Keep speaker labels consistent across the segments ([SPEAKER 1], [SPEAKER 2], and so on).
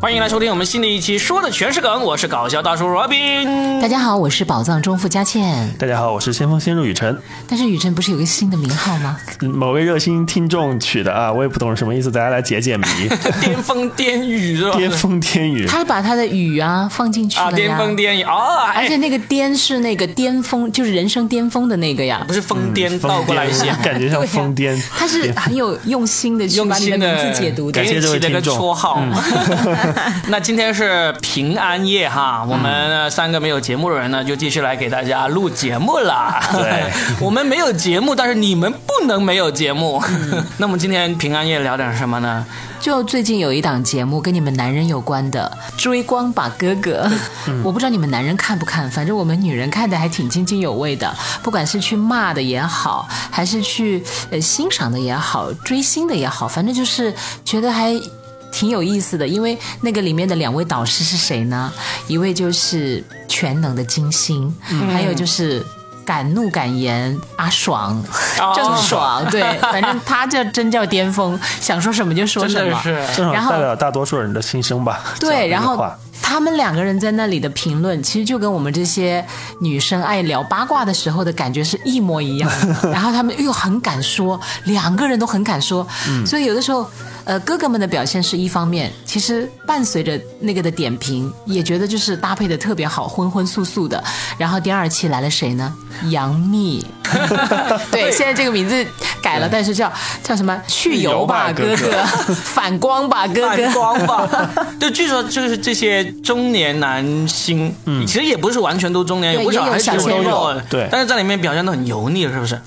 [SPEAKER 1] 欢迎来收听我们新的一期，说的全是梗，我是搞笑大叔 Robin。
[SPEAKER 2] 大家好，我是宝藏中付佳倩。
[SPEAKER 3] 大家好，我是先锋先入雨辰，
[SPEAKER 2] 但是雨辰不是有个新的名号吗？
[SPEAKER 3] 嗯某位热心听众取的啊，我也不懂什么意思，大家来解 解谜。
[SPEAKER 1] 巅峰巅雨是吧？
[SPEAKER 3] 巅峰天宇，
[SPEAKER 2] 他把他的雨啊放进去
[SPEAKER 1] 啊，
[SPEAKER 2] 了
[SPEAKER 1] 巅
[SPEAKER 2] 呀，
[SPEAKER 1] 峰巅雨哦，
[SPEAKER 2] 而
[SPEAKER 1] 哎
[SPEAKER 3] 嗯
[SPEAKER 2] 且，那个巅是那个巅峰，就是人生巅峰的那个呀
[SPEAKER 1] 不。是疯癫
[SPEAKER 3] 嗯疯
[SPEAKER 1] 倒过来
[SPEAKER 3] 癫
[SPEAKER 1] 写，
[SPEAKER 3] 感觉像疯癫。
[SPEAKER 2] 啊他是很有用心的去
[SPEAKER 1] 用
[SPEAKER 2] 把你的
[SPEAKER 1] 心
[SPEAKER 2] 名
[SPEAKER 1] 的
[SPEAKER 2] 字解读的
[SPEAKER 3] 感。谢这位
[SPEAKER 1] 起了个
[SPEAKER 3] 听众嗯
[SPEAKER 1] 绰号。 那今天是平安夜哈，
[SPEAKER 3] 嗯
[SPEAKER 1] 我们呢三个没有节目的人呢，就继续来给大家录节目啦。
[SPEAKER 3] 对，
[SPEAKER 1] 我们没有节目，但是你们不能没有节目。
[SPEAKER 3] 嗯
[SPEAKER 1] 那我们今天平安夜聊点什么呢？
[SPEAKER 2] 就最近有一档节目跟你们男人有关的《追光吧哥哥》，我不知道你们男人看不看，反正我们女人看的还挺津津有味的。不管是去骂的也好，还是去呃欣赏的也好，追星的也好，反正就是觉得还。挺有意思的，因为那个里面的两位导师是谁呢？一位就是全能的金星，还有就是敢怒敢言阿爽，
[SPEAKER 1] 哦
[SPEAKER 2] 郑爽，对，反正他这真叫巅峰，想说什么就说
[SPEAKER 1] 真
[SPEAKER 2] 什
[SPEAKER 1] 的
[SPEAKER 2] 么。
[SPEAKER 1] 是
[SPEAKER 3] 正好
[SPEAKER 2] 然后
[SPEAKER 3] 代表大多数人的心声吧。
[SPEAKER 2] 对，
[SPEAKER 3] 讲
[SPEAKER 2] 然
[SPEAKER 3] 这个
[SPEAKER 2] 后
[SPEAKER 3] 话
[SPEAKER 2] 他们两个人在那里的评论，其实就跟我们这些女生爱聊八卦的时候的感觉是一模一样的。然后他们又很敢说，两个人都很敢说，所以有的时候，呃，哥哥们的表现是一方面，其实伴随着那个的点评，也觉得就是搭配的特别好，荤荤素素的。然后第二期来了谁呢？杨幂，对，现在这个名字改了，但是叫叫什么？去油吧，
[SPEAKER 3] 去油吧
[SPEAKER 2] 哥
[SPEAKER 3] 哥哥，
[SPEAKER 2] 反光吧，哥哥
[SPEAKER 1] 反。光吧。 对，据说就是这些中年男星，其实也不是完全都中年，
[SPEAKER 2] 对
[SPEAKER 1] 不少
[SPEAKER 2] 也有
[SPEAKER 1] 还是
[SPEAKER 2] 小
[SPEAKER 1] 挺
[SPEAKER 2] 鲜
[SPEAKER 1] 弱
[SPEAKER 2] 肉
[SPEAKER 1] 的。
[SPEAKER 3] 嗯对
[SPEAKER 1] 但是在里面表现的很油腻，是不是？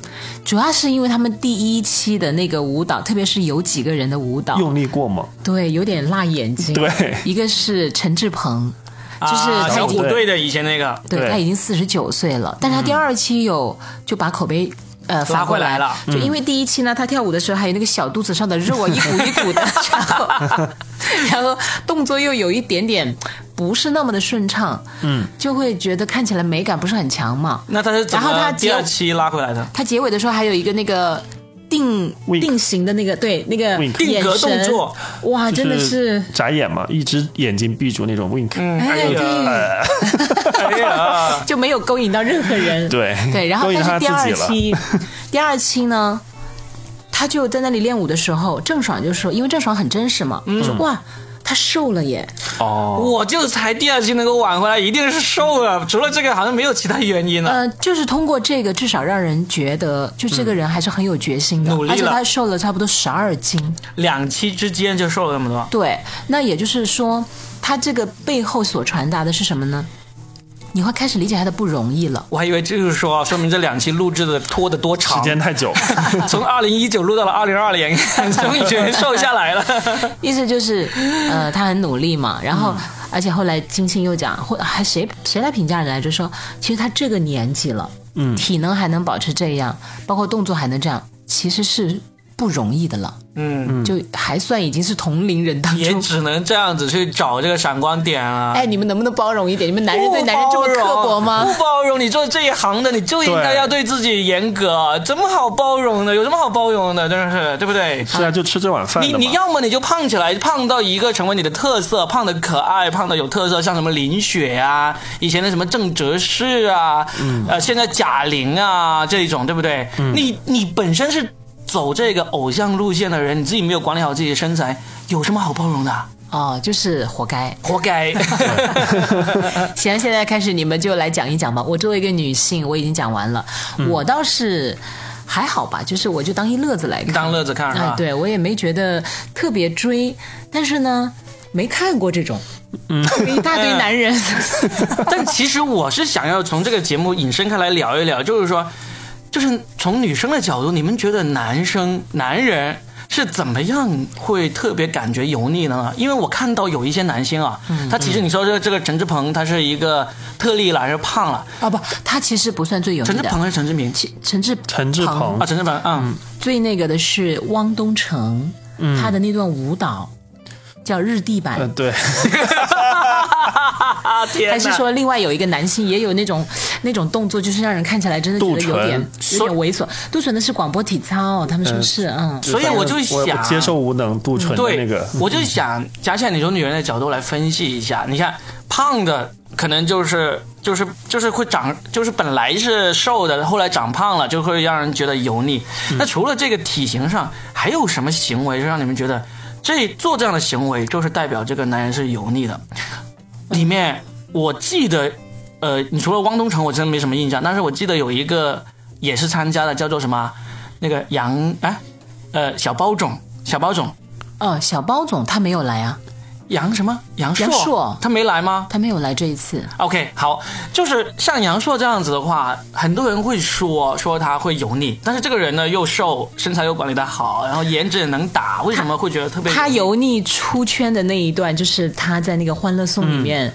[SPEAKER 2] 主要是因为他们第一期的那个舞蹈，特别是有几个人的舞蹈，
[SPEAKER 3] 用力过猛，
[SPEAKER 2] 对，有点辣眼睛。
[SPEAKER 3] 对
[SPEAKER 2] 一个是陈志朋，就是
[SPEAKER 1] 啊
[SPEAKER 2] 他
[SPEAKER 1] 小
[SPEAKER 2] 已经、
[SPEAKER 1] 虎队的以前那个，
[SPEAKER 2] 对
[SPEAKER 3] 对
[SPEAKER 2] 他已经四十九岁了，但是他第二期有、就把口碑。呃，反过
[SPEAKER 1] 回
[SPEAKER 2] 来
[SPEAKER 1] 来了
[SPEAKER 2] 就因为第一期呢，他跳舞的时候还有那个小肚子上的肉啊，一股一股的，然后， 然后动作又有一点点不是那么的顺畅，嗯，就会觉得看起来美感不是很强嘛。
[SPEAKER 1] 那他是怎
[SPEAKER 2] 然后
[SPEAKER 1] 么
[SPEAKER 2] 他
[SPEAKER 1] 第
[SPEAKER 2] 结
[SPEAKER 1] 二期拉回来的？
[SPEAKER 2] 他结尾的时候还有一个那个定
[SPEAKER 3] Wink
[SPEAKER 2] 定型的那个对那个
[SPEAKER 3] Wink
[SPEAKER 1] 定
[SPEAKER 2] 眼
[SPEAKER 1] 格动
[SPEAKER 2] 神
[SPEAKER 1] 作，
[SPEAKER 2] 哇，
[SPEAKER 3] 就
[SPEAKER 2] 真的是。
[SPEAKER 3] 眨眼嘛，一只眼睛闭住那种 wink。
[SPEAKER 2] 哎呀，
[SPEAKER 1] 哎 呀，
[SPEAKER 2] 就没有勾引到任何人。
[SPEAKER 3] 啊对
[SPEAKER 2] 对，然后
[SPEAKER 3] 勾引
[SPEAKER 2] 但是
[SPEAKER 3] 他
[SPEAKER 2] 第二
[SPEAKER 3] 自己了
[SPEAKER 2] 期，第二期呢，他就在那里练舞的时候，郑爽就说，因为郑爽很真实嘛，
[SPEAKER 3] 嗯
[SPEAKER 2] 她说哇，他瘦了耶，
[SPEAKER 3] 哦，
[SPEAKER 1] 我就才第二期能够挽回来，一定是瘦了，除了这个好像没有其他原因了。
[SPEAKER 3] 嗯
[SPEAKER 2] 呃，就是通过这个，至少让人觉得，就这个人还是很有决心的，
[SPEAKER 1] 努力了
[SPEAKER 2] 而且他瘦了差不多十二斤。
[SPEAKER 1] 两期之间就瘦了那么多，
[SPEAKER 2] 对，那也就是说，他这个背后所传达的是什么呢？你会开始理解他的不容易了。
[SPEAKER 1] 我还以为就是说，说明这两期录制的拖得多长
[SPEAKER 3] 时，间 太久，
[SPEAKER 1] 从二零一九录到了二零二零，终于全瘦下来了。
[SPEAKER 2] 意思就是，呃，他很努力嘛，然后，
[SPEAKER 1] 嗯
[SPEAKER 2] 而且后来金星又讲，或还谁谁来评价人来着，说其实他这个年纪了，嗯，体能还能保持这样，包括动作还能这样，其实是不容易的了，
[SPEAKER 1] 嗯，
[SPEAKER 2] 就还算已经是同龄人当
[SPEAKER 1] 也
[SPEAKER 2] 中。
[SPEAKER 1] 只能这样子去找这个闪光点啊。
[SPEAKER 2] 哎，你们能不能包容一点？你们男人哎对
[SPEAKER 1] 不
[SPEAKER 2] 男人这么刻薄
[SPEAKER 1] 包
[SPEAKER 2] 吗
[SPEAKER 1] 容？不包容，你做这一行的，你就应该
[SPEAKER 3] 对
[SPEAKER 1] 要对自己严格，怎么好包容的？有什么好包容的？真的是，对不对？
[SPEAKER 3] 是啊，就吃这碗饭
[SPEAKER 1] 你
[SPEAKER 3] 的
[SPEAKER 1] 你
[SPEAKER 3] 嘛。
[SPEAKER 1] 要么你就胖起来，胖到一个成为你的特色，胖的可爱，胖的有特色，像什么林雪啊，以前的什么郑则仕啊，
[SPEAKER 2] 嗯
[SPEAKER 1] 呃，现在贾玲啊这种，对不对？你你本身是走这个偶像路线的人，你自己没有管理好自己的身材，有什么好包容的？啊
[SPEAKER 2] 哦，就是活该。
[SPEAKER 1] 活该。
[SPEAKER 2] 行，现在开始你们就来讲一讲吧。我作为一个女性，我已经讲完了。
[SPEAKER 1] 嗯
[SPEAKER 2] 我倒是还好吧，就是我就当一乐子来看，
[SPEAKER 1] 当乐子看是吧
[SPEAKER 2] 哎，对我也没觉得特别追，但是呢，没看过这种，
[SPEAKER 1] 嗯
[SPEAKER 2] 一大堆 男人，
[SPEAKER 1] 但其实我是想要从这个节目引申开来聊一聊，就是说，就是从女生的角度，你们觉得男生、男人是怎么样会特别感觉油腻呢？因为我看到有一些男星啊，
[SPEAKER 2] 嗯
[SPEAKER 1] 他其实你说这这个陈志朋，他是一个特例了，还是胖了？
[SPEAKER 2] 啊不，他其实不算最有
[SPEAKER 1] 陈
[SPEAKER 2] 名
[SPEAKER 1] 志
[SPEAKER 2] 的
[SPEAKER 1] 朋。还是陈志明？
[SPEAKER 2] 其陈志
[SPEAKER 3] 陈志
[SPEAKER 2] 朋
[SPEAKER 3] 朋
[SPEAKER 1] 啊，陈志朋，嗯，
[SPEAKER 2] 最那个的是汪东
[SPEAKER 3] 呃
[SPEAKER 2] 城，他的那段舞蹈叫日地板，
[SPEAKER 3] 嗯，对，
[SPEAKER 1] 天哪
[SPEAKER 2] 还是说另外有一个男性也有那种那种动作，就是让人看起来真的觉得有点
[SPEAKER 1] 唇
[SPEAKER 2] 有点猥琐。杜唇的是广播体操，他们说是嗯，
[SPEAKER 1] 所以我就
[SPEAKER 3] 我
[SPEAKER 1] 想
[SPEAKER 3] 接受无能杜淳的
[SPEAKER 1] 对，
[SPEAKER 3] 那个，
[SPEAKER 1] 我就想，假想你从女人的角度来分析一下，你看胖的可能就是就是就是会长，就是本来是瘦的，后来长胖了，就会让人觉得油腻。
[SPEAKER 3] 嗯
[SPEAKER 1] 那除了这个体型上，还有什么行为是让你们觉得这做这样的行为就是代表这个男人是油腻的？里面我记得，呃，你除了汪东城，我真的没什么印象，但是我记得有一个也是参加的，叫做什么那个杨哎，呃，小包总，小包总。
[SPEAKER 2] 哦，小包总他没有来啊，
[SPEAKER 1] 杨什么杨硕？
[SPEAKER 2] 杨烁
[SPEAKER 1] 他没来吗
[SPEAKER 2] 他没有来这一次。
[SPEAKER 1] ？OK，好，就是像杨硕这样子的话，很多人会说说他会油腻，但是这个人呢又瘦，身材又管理的好，然后颜值也能打，为什么会觉得特别腻
[SPEAKER 2] 他油腻出圈的那一段，就是他在那个《欢乐颂》里面。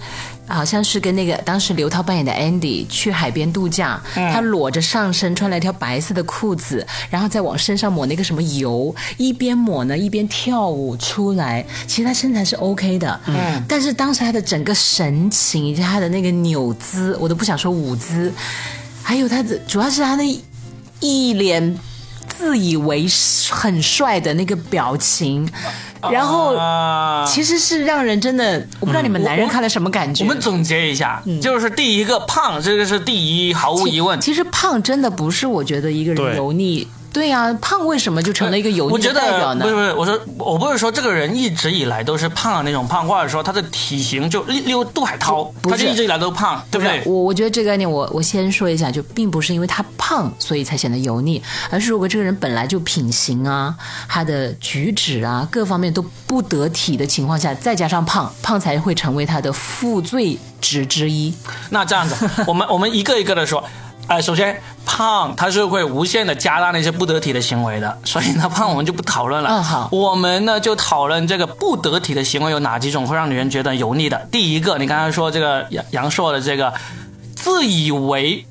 [SPEAKER 2] 好像是跟那个当时刘涛扮演的 Andy 去海边度假，他裸着上身，穿了一条白色的裤子，然后再往身上抹那个什么油，一边抹呢一边跳舞出来。其实他身材是 OK 的，嗯，但是当时他的整个神情以及他的那个扭姿，我都不想说舞姿，还有他的主要是他那一脸自以为是很帅的那个表情，然后
[SPEAKER 1] 啊？
[SPEAKER 2] 其实是让人真的，我不知道你们男人看了什么感觉。
[SPEAKER 1] 我们总结一下，就是第一个胖，这个是第一，毫无疑问。
[SPEAKER 2] 嗯其实胖真的不是我觉得一个人
[SPEAKER 3] 对
[SPEAKER 2] 油腻，对呀、胖为什么就成了一个油
[SPEAKER 1] 我
[SPEAKER 2] 腻
[SPEAKER 1] 觉
[SPEAKER 2] 的
[SPEAKER 1] 得
[SPEAKER 2] 代表呢
[SPEAKER 1] 不是？不是，我说我不是说这个人一直以来都是胖的那种胖，或者说他的体型就例例如杜海涛，
[SPEAKER 2] 不
[SPEAKER 1] 他
[SPEAKER 2] 是
[SPEAKER 1] 就一直以来都胖，对不对？
[SPEAKER 2] 我我觉得这个概念，我我先说一下，就并不是因为他胖所以才显得油腻，而是如果这个人本来就品行啊、他的举止啊各方面都不得体的情况下，再加上胖，胖才会成为他的负罪值之一。
[SPEAKER 1] 那这样 子，我们我们一个一个的说。呃，首先胖它是会无限的加大那些不得体的行为的，所以呢胖我们就不讨论了。
[SPEAKER 2] 嗯好
[SPEAKER 1] 我们呢就讨论这个不得体的行为有哪几种会让女人觉得油腻的。第一个，你刚才说这个杨杨烁的这个自以为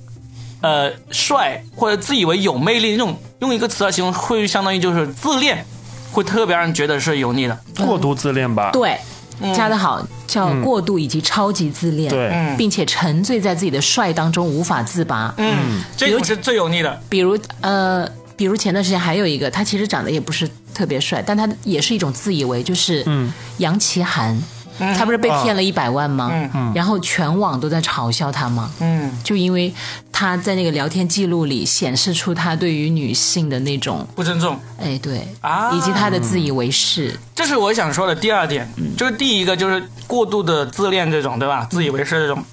[SPEAKER 1] 呃帅或者自以为有魅力那种，用一个词来形容，会相当于就是自恋，会特别让人觉得是油腻的。
[SPEAKER 3] 过度自恋吧。
[SPEAKER 2] 对，加的好，叫过度以及超级自恋，
[SPEAKER 3] 对嗯
[SPEAKER 2] 并且沉醉在自己的帅当中无法自拔。
[SPEAKER 1] 嗯，这种是最油腻的。
[SPEAKER 2] 比如呃，比如前段时间还有一个，他其实长得也不是特别帅，但他也是一种自以为，就是杨奇涵。他不是被骗了一百万吗？然后全网都在嘲笑他吗？
[SPEAKER 1] 嗯，
[SPEAKER 2] 就因为他在那个聊天记录里显示出他对于女性的那种，
[SPEAKER 1] 不尊重。
[SPEAKER 2] 哎，对，
[SPEAKER 1] 啊
[SPEAKER 2] 以及他的自以为是，
[SPEAKER 1] 这是我想说的第二点，就是第一个就是过度的自恋这种，对吧？自以为是这种。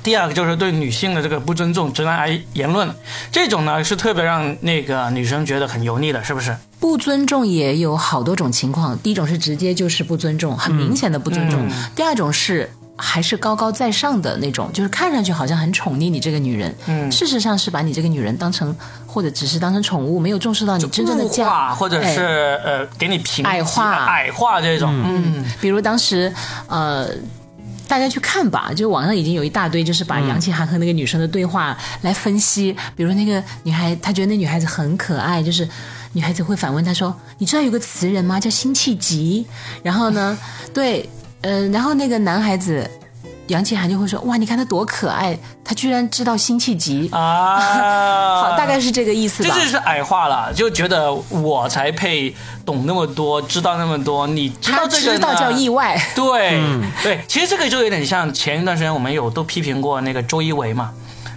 [SPEAKER 1] 第二个就是对女性的这个不尊重、直男癌言论，这种呢是特别让那个女生觉得很油腻的，是不是？
[SPEAKER 2] 不尊重也有好多种情况，第一种是直接就是不尊重，很明显的不尊重；第二种是还是高高在上的那种，就是看上去好像很宠溺你这个女人，嗯，事实上是把你这个女人当成或者只是当成宠物，没有重视到你真正的
[SPEAKER 1] 物
[SPEAKER 2] 价哎
[SPEAKER 1] 化或者是、呃给你评
[SPEAKER 2] 矮化
[SPEAKER 1] 矮化这种，嗯，
[SPEAKER 2] 比如当时，呃，大家去看吧，就网上已经有一大堆，就是
[SPEAKER 1] 嗯
[SPEAKER 2] 把杨奇涵和那个女生的对话来分析。比如那个女孩，她觉得那女孩子很可爱，就是女孩子会反问她说：“你知道有个词人吗？叫辛弃疾。”然后 呢，对，嗯、然后那个男孩子。杨奇涵就会说：“哇，你看他多可爱，他居然知道辛弃疾。
[SPEAKER 1] 啊，
[SPEAKER 2] 好，大概是这个意思
[SPEAKER 1] 这
[SPEAKER 2] 吧。
[SPEAKER 1] 就是矮化了，就觉得我才配懂那么多，知道那么多，你知道
[SPEAKER 2] 他
[SPEAKER 1] 这个啊
[SPEAKER 2] 知道
[SPEAKER 1] 呢
[SPEAKER 2] 叫意外，
[SPEAKER 1] 对、对，其实这个就有点像前一段时间我们有都批评过那个周一围嘛，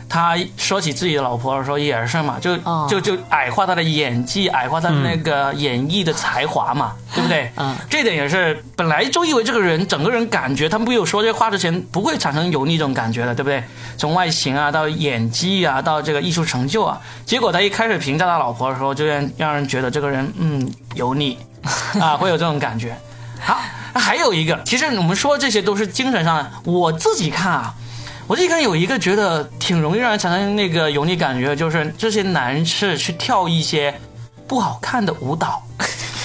[SPEAKER 1] 他说起自己的老婆的时候也是嘛，就、
[SPEAKER 2] 哦
[SPEAKER 1] 就就矮化他的演技，矮化他的那个演绎的才华嘛，对不对？
[SPEAKER 2] 嗯
[SPEAKER 1] 这点也是本来周一围这个人整个人感觉，他们没有说这话之前不会产生油腻这种感觉的，对不对？从外形啊到演技啊到这个艺术成就啊，结果他一开始评价他老婆的时候，就让让人觉得这个人嗯油腻啊，会有这种感觉。好，还有一个，其实我们说这些都是精神上的。我自己看啊，我自己看有一个觉得挺容易让人产生那个油腻感觉，就是这些男士去跳一些不好看的舞蹈，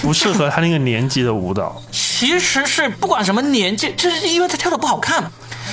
[SPEAKER 3] 不适合 他那个年纪的舞蹈。
[SPEAKER 1] 其实是不管什么年纪，就是因为他跳的不好看。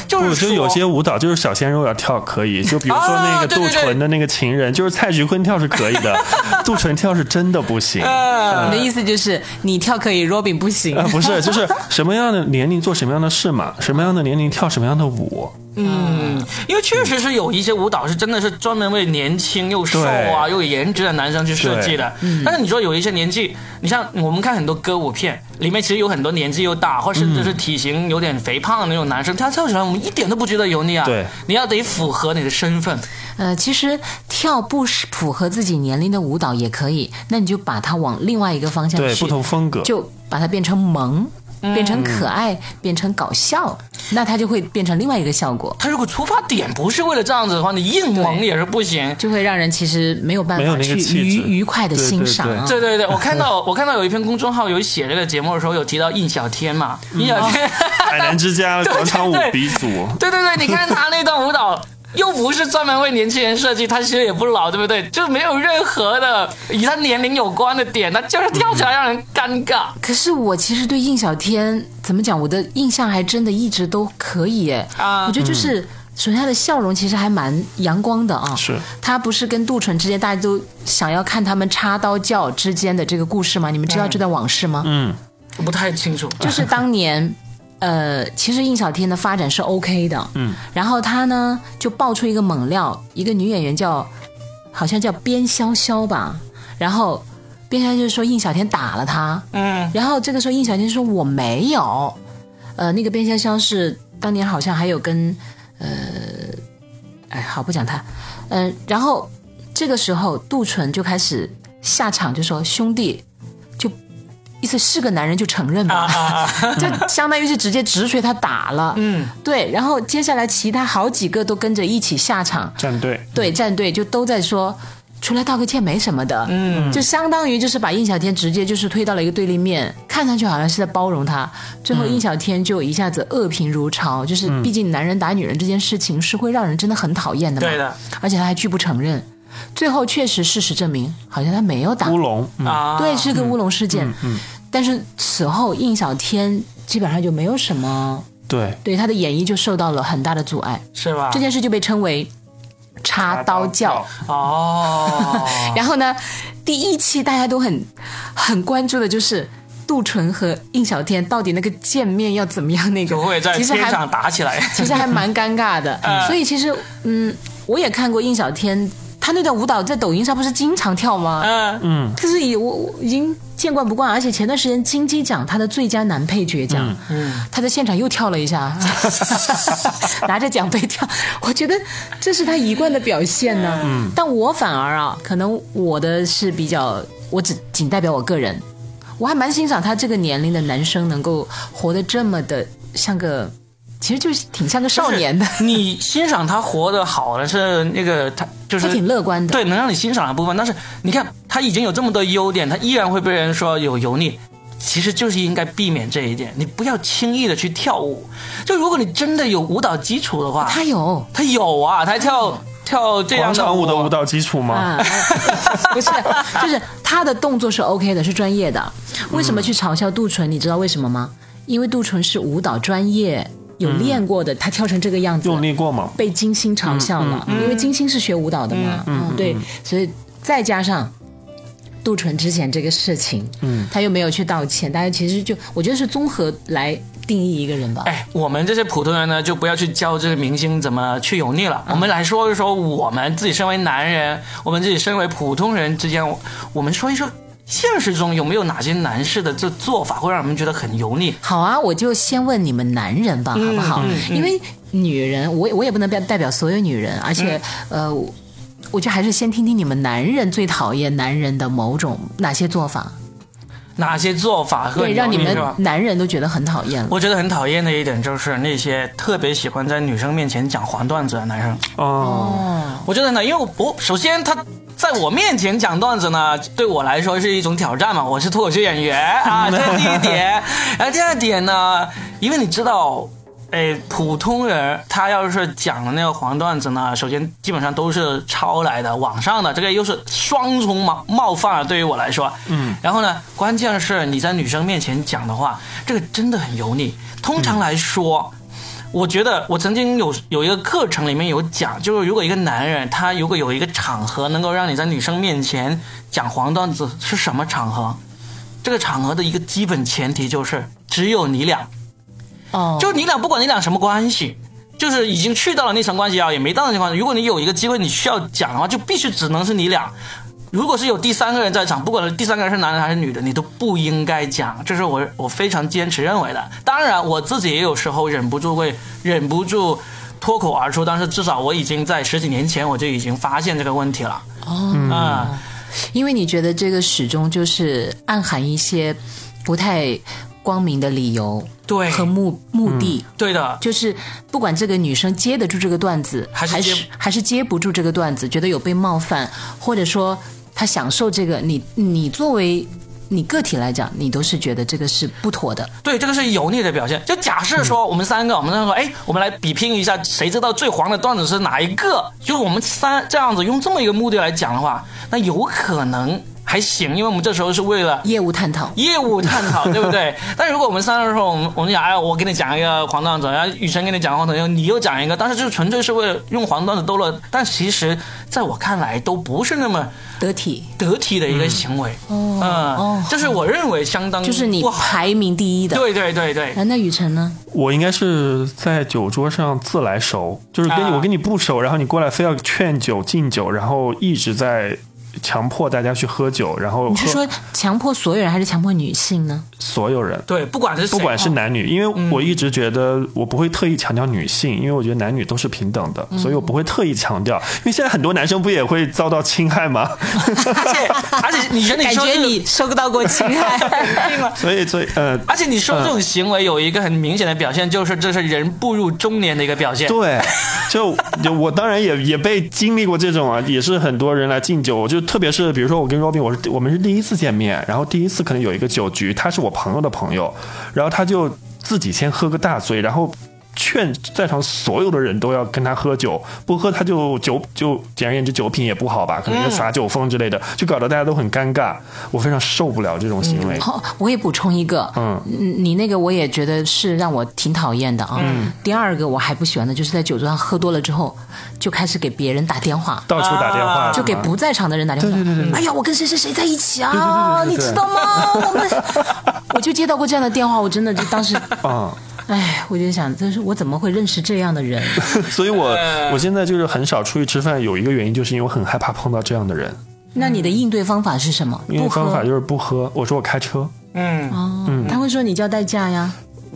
[SPEAKER 1] 就是
[SPEAKER 3] 我觉得
[SPEAKER 1] 说
[SPEAKER 3] 有些舞蹈就是小鲜肉要跳可以，就比如说那
[SPEAKER 1] 啊
[SPEAKER 3] 个
[SPEAKER 1] 对
[SPEAKER 3] 杜
[SPEAKER 1] 对对
[SPEAKER 3] 淳的那个情人， 就是蔡徐坤跳是可以的， 杜淳跳是真的 不行。
[SPEAKER 1] 呃
[SPEAKER 2] 你的意思就是你跳可以，Robin 不行
[SPEAKER 3] 啊，。不是，就是什么样的年龄做什么样的事嘛，什么样的年龄跳什么样的舞，
[SPEAKER 1] 嗯，因为确实是有一些舞蹈是真的是专门为年轻又瘦啊
[SPEAKER 3] 对嗯
[SPEAKER 1] 又有颜值的男生去设计的。但是你说有一些年纪，你像我们看很多歌舞片，里面其实有很多年纪又大，或
[SPEAKER 3] 嗯
[SPEAKER 1] 甚至是体型有点肥胖的那种男生，他跳起来我们一点都不觉得油腻啊。
[SPEAKER 3] 对，
[SPEAKER 1] 你要得符合你的身份。
[SPEAKER 2] 呃，其实跳不是符合自己年龄的舞蹈也可以，那你就把它往另外一个方向
[SPEAKER 3] 对，
[SPEAKER 2] 去，
[SPEAKER 3] 不同风格。
[SPEAKER 2] 就把它变成萌。变成可爱，变成搞笑，那它就会变成另外一个效果，
[SPEAKER 1] 他如果出发点不是为了这样子的话，你硬萌也是不
[SPEAKER 3] 嗯
[SPEAKER 1] 行。
[SPEAKER 2] 就会让人其实没有办
[SPEAKER 3] 没有
[SPEAKER 2] 法
[SPEAKER 3] 那
[SPEAKER 2] 去
[SPEAKER 3] 个气质
[SPEAKER 2] 愉愉快的
[SPEAKER 3] 对对
[SPEAKER 2] 欣赏
[SPEAKER 3] 对
[SPEAKER 2] 啊。
[SPEAKER 1] 对对对，我看到我看到有一篇公众号有写这个节目的时候，有提到印小天嘛，
[SPEAKER 3] 嗯
[SPEAKER 1] 印小天，
[SPEAKER 3] 海南之家广场 舞
[SPEAKER 1] 对对
[SPEAKER 3] 鼻祖，
[SPEAKER 1] 对对对，你看他那段舞蹈。又不是专门为年轻人设计，他其实也不老，对不对？就没有任何的与他年龄有关的点，他就是跳起来让人尴尬。
[SPEAKER 2] 可是我其实对印小天怎么讲，我的印象还真的一直都可以耶。
[SPEAKER 1] 啊
[SPEAKER 2] 我觉得就是。
[SPEAKER 3] 嗯
[SPEAKER 2] 首先，他的笑容其实还蛮阳光的啊。
[SPEAKER 3] 是，
[SPEAKER 2] 他不是跟杜淳之间，大家都想要看他们插刀教之间的这个故事吗？你们知道这段往事吗？
[SPEAKER 3] 嗯，
[SPEAKER 1] 我不太清楚，
[SPEAKER 2] 就是当年，呃，其实印小天的发展是 OK 的。嗯。然后他呢，就爆出一个猛料，一个女演员叫，好像叫边潇潇吧。然后边潇潇就说印小天打了他。
[SPEAKER 1] 嗯，
[SPEAKER 2] 然后这个时候，印小天说我没有，呃，那个边潇潇是当年好像还有跟，呃，哎，好不讲他，嗯、然后这个时候杜淳就开始下场就说兄弟，就意思是个男人就承认吧，
[SPEAKER 1] 啊
[SPEAKER 2] 就相当于是直接直锤他打了，嗯，对，然后接下来其他好几个都跟着一起下场，
[SPEAKER 3] 战队。
[SPEAKER 2] 对战队就都在说。出来道个歉没什么的，嗯，就相当于就是把印小天直接就是推到了一个对立面，看上去好像是在包容他，最后印小天就一下子恶评如潮，就是毕竟男人打女人这件事情是会让人真的很讨厌的嘛，
[SPEAKER 1] 对的
[SPEAKER 2] 而且他还拒不承认，最后确实事实证明好像他没有打
[SPEAKER 3] 乌龙，嗯
[SPEAKER 1] 啊，
[SPEAKER 2] 对，是个乌龙事件，但是此后印小天基本上就没有什么
[SPEAKER 3] 对，
[SPEAKER 2] 对他的演绎就受到了很大的阻碍，
[SPEAKER 1] 是吧
[SPEAKER 2] 这？件事就被称为插刀教。
[SPEAKER 1] 哦，
[SPEAKER 2] 然后呢，第一期大家都很很关注的就是杜淳和印小天到底那个见面要怎么样那个
[SPEAKER 1] 就，会在
[SPEAKER 2] 其实
[SPEAKER 1] 天
[SPEAKER 2] 还
[SPEAKER 1] 上打起来。
[SPEAKER 2] 其实还蛮尴 尬的。所以其实嗯，我也看过印小天，他那段舞蹈在抖音上不是经常跳吗？
[SPEAKER 1] 嗯，
[SPEAKER 2] 可是已我我已经见惯不惯，而且前段时间金鸡奖他的最佳男配角奖，
[SPEAKER 1] 嗯
[SPEAKER 2] 他在现场又跳了 一下，拿着奖杯跳，我觉得这是他一贯的表现呢、
[SPEAKER 1] 嗯
[SPEAKER 2] 但我反而啊，可能我的是比较，我只仅代表我个人，我还蛮欣赏他这个年龄的男生能够活得这么的像个，其实就是挺像个少年的，
[SPEAKER 1] 就是你欣赏他活得好的是那个他就是
[SPEAKER 2] 他挺乐观的。
[SPEAKER 1] 对，能让你欣赏的部分。但是你看，他已经有这么多优点，他依然会被人说有油腻。其实就是应该避免这一点，你不要轻易的去跳舞。就如果你真的有舞蹈基础的话，
[SPEAKER 2] 哦他有。
[SPEAKER 1] 他有啊，他跳跳这样
[SPEAKER 3] 广场舞的舞
[SPEAKER 1] 蹈，
[SPEAKER 3] 蹈基础吗？
[SPEAKER 2] 啊，不是， 就是他的动作是 OK 的，是专业的。为什么去嘲笑杜淳？你知道为什么吗？因为杜淳是舞蹈专业，有练过的，他跳成这个样子，
[SPEAKER 3] 用力过吗？
[SPEAKER 2] 被金星嘲笑了，因为金星是学舞蹈的嘛，嗯，对，所以再加上。杜淳之前这个事情，嗯，他又没有去道歉，大家其实就我觉得是综合来定义一个人吧。
[SPEAKER 1] 哎，我们这些普通人呢，就不要去教这个明星怎么去油腻
[SPEAKER 2] 嗯
[SPEAKER 1] 了。我们来说一说我们自己身为男人，我们自己身为普通人之间，我我们说一说现实中有没有哪些男士的这做法会让我们觉得很油腻？
[SPEAKER 2] 好啊，我就先问你们男人
[SPEAKER 1] 嗯
[SPEAKER 2] 吧，好不好？因为女人，我也我也不能代代表所有女人，而且、
[SPEAKER 1] 嗯
[SPEAKER 2] 呃，我我觉得还是先听听你们男人最讨厌男人的某种哪些做法，
[SPEAKER 1] 哪些做法会
[SPEAKER 2] 对，让你们
[SPEAKER 1] 是吧
[SPEAKER 2] 男人都觉得很讨厌了。
[SPEAKER 1] 我觉得很讨厌的一点就是那些特别喜欢在女生面前讲黄段子的男生。
[SPEAKER 3] 哦，
[SPEAKER 1] 我觉得呢，因为我我首先他在我面前讲段子呢，对我来说是一种挑战嘛，我是脱口秀演员啊，这是第一点。然后第二点呢，因为你知道。哎，普通人他要是讲的那个黄段子呢，首先基本上都是抄来的，网上的这个又是双重冒冒犯啊，对于我来说，嗯，然后呢，关键是你在女生面前讲的话，这个真的很油腻。通常来说，我觉得我曾经有有一个课程里面有讲，就是如果一个男人他如果有一个场合能够让你在女生面前讲黄段子，是什么场合？这个场合的一个基本前提就是只有你俩，
[SPEAKER 2] 哦，
[SPEAKER 1] 就你俩不管你俩什么关系，就是已经去到了那层关系啊，也没到那层关系。如果你有一个机会你需要讲的话，就必须只能是你俩。如果是有第三个人在场，不管第三个人是男的还是女的，你都不应该讲，这是我我非常坚持认为的。当然，我自己也有时候忍不住会忍不住脱口而出，但是至少我已经在十几年前我就已经发现这个问题了。哦，啊、
[SPEAKER 2] 嗯因为你觉得这个始终就是暗含一些不太光明的理由
[SPEAKER 1] 对嗯
[SPEAKER 2] 和目目的。
[SPEAKER 1] 对的，
[SPEAKER 2] 就是不管这个女生接得住这个段子，
[SPEAKER 1] 还是
[SPEAKER 2] 还
[SPEAKER 1] 接
[SPEAKER 2] 是还是接不住这个段子，觉得有被冒犯，或者说她享受这个，你你作为你个体来讲，你都是觉得这个是不妥的。
[SPEAKER 1] 对，这个是油腻的表现。就假设说我们三个，我们三个说，哎，我们来比拼一下，谁知道最黄的段子是哪一个？就是我们三这样子用这么一个目的来讲的话，那有可能还行，因为我们这时候是为了。
[SPEAKER 2] 业务探讨，
[SPEAKER 1] 业务探讨，对不对？但如果我们三个人说，我们我们讲，哎，我给你讲一个黄段子，然后雨辰给你讲黄段子，你又讲一个，但是就是纯粹是为了用黄段子逗乐，但其实在我看来都不是那么
[SPEAKER 2] 得体
[SPEAKER 1] 得体的一个行为，嗯，
[SPEAKER 2] 哦
[SPEAKER 1] 这是我认为相当
[SPEAKER 2] 就是你
[SPEAKER 1] 不好，
[SPEAKER 2] 排名第一的。
[SPEAKER 1] 对对对对，
[SPEAKER 2] 啊，那雨辰呢？
[SPEAKER 3] 我应该是在酒桌上自来熟，就是跟你、
[SPEAKER 1] 啊
[SPEAKER 3] 我跟你不熟，然后你过来非要劝酒敬酒，然后一直在强迫大家去喝酒，然后
[SPEAKER 2] 你是
[SPEAKER 3] 喝
[SPEAKER 2] 说强迫所有人，还是强迫女性呢？
[SPEAKER 3] 所有
[SPEAKER 2] 啊
[SPEAKER 3] 人。
[SPEAKER 1] 对，不管是谁
[SPEAKER 3] 不管是男女，因
[SPEAKER 2] 嗯
[SPEAKER 3] 为我一直觉得我不会特意强调女性，因为我觉得男女都是平等
[SPEAKER 2] 嗯
[SPEAKER 3] 的，所以我不会特意强调。因为现在很多男生不也会遭到侵害吗？
[SPEAKER 1] 而且而且你觉得你
[SPEAKER 2] 感
[SPEAKER 1] 说
[SPEAKER 2] 觉
[SPEAKER 1] 这个
[SPEAKER 2] 你受到过侵 害。
[SPEAKER 1] 病了。
[SPEAKER 3] 所以，所以，呃，
[SPEAKER 1] 而且你说这种行为有一个很明显的表现，就是这是人步入中年的一个表现。
[SPEAKER 3] 对，就就我当然也也被经历过这种啊，也是很多人来敬酒，我就特别是比如说我跟 Robin，我是我们是第一次见面，然后第一次可能有一个酒局，他是我朋友的朋友，然后他就自己先喝个大醉，然后。劝在场所有的人都要跟他喝酒，不喝他就酒就简而言之酒品也不好吧，可能就耍酒疯之类的，就搞得大家都很尴尬。我非常受不了这种行为。
[SPEAKER 2] 哦，我也补充一个，
[SPEAKER 3] 嗯
[SPEAKER 2] 嗯，你那个我也觉得是让我挺讨厌的啊。
[SPEAKER 3] 嗯
[SPEAKER 2] 第二个我还不喜欢的就是在酒桌上喝多了之后，就开始给别人打电话。
[SPEAKER 3] 到处打电话，
[SPEAKER 1] 啊
[SPEAKER 2] 就给不在场的人打电话。
[SPEAKER 3] 对对对对对
[SPEAKER 2] 哎呀，我跟谁谁谁在一起啊？
[SPEAKER 3] 对对对对对
[SPEAKER 2] 你知道吗？我们，我就接到过这样的电话，我真的就当时，
[SPEAKER 3] 啊。
[SPEAKER 2] 哎，我就想，这是我怎么会认识这样的人？
[SPEAKER 3] 所以我
[SPEAKER 2] 嗯
[SPEAKER 3] 我现在就是很少出去吃饭，有一个原因就是因为我很害怕碰到这样的人。
[SPEAKER 2] 那你的应对方法是什么？
[SPEAKER 3] 因为
[SPEAKER 2] 不
[SPEAKER 3] 方法
[SPEAKER 2] 喝。
[SPEAKER 3] 就是不喝，我说我开车，
[SPEAKER 1] 嗯，
[SPEAKER 2] 哦，他会说你叫代驾呀。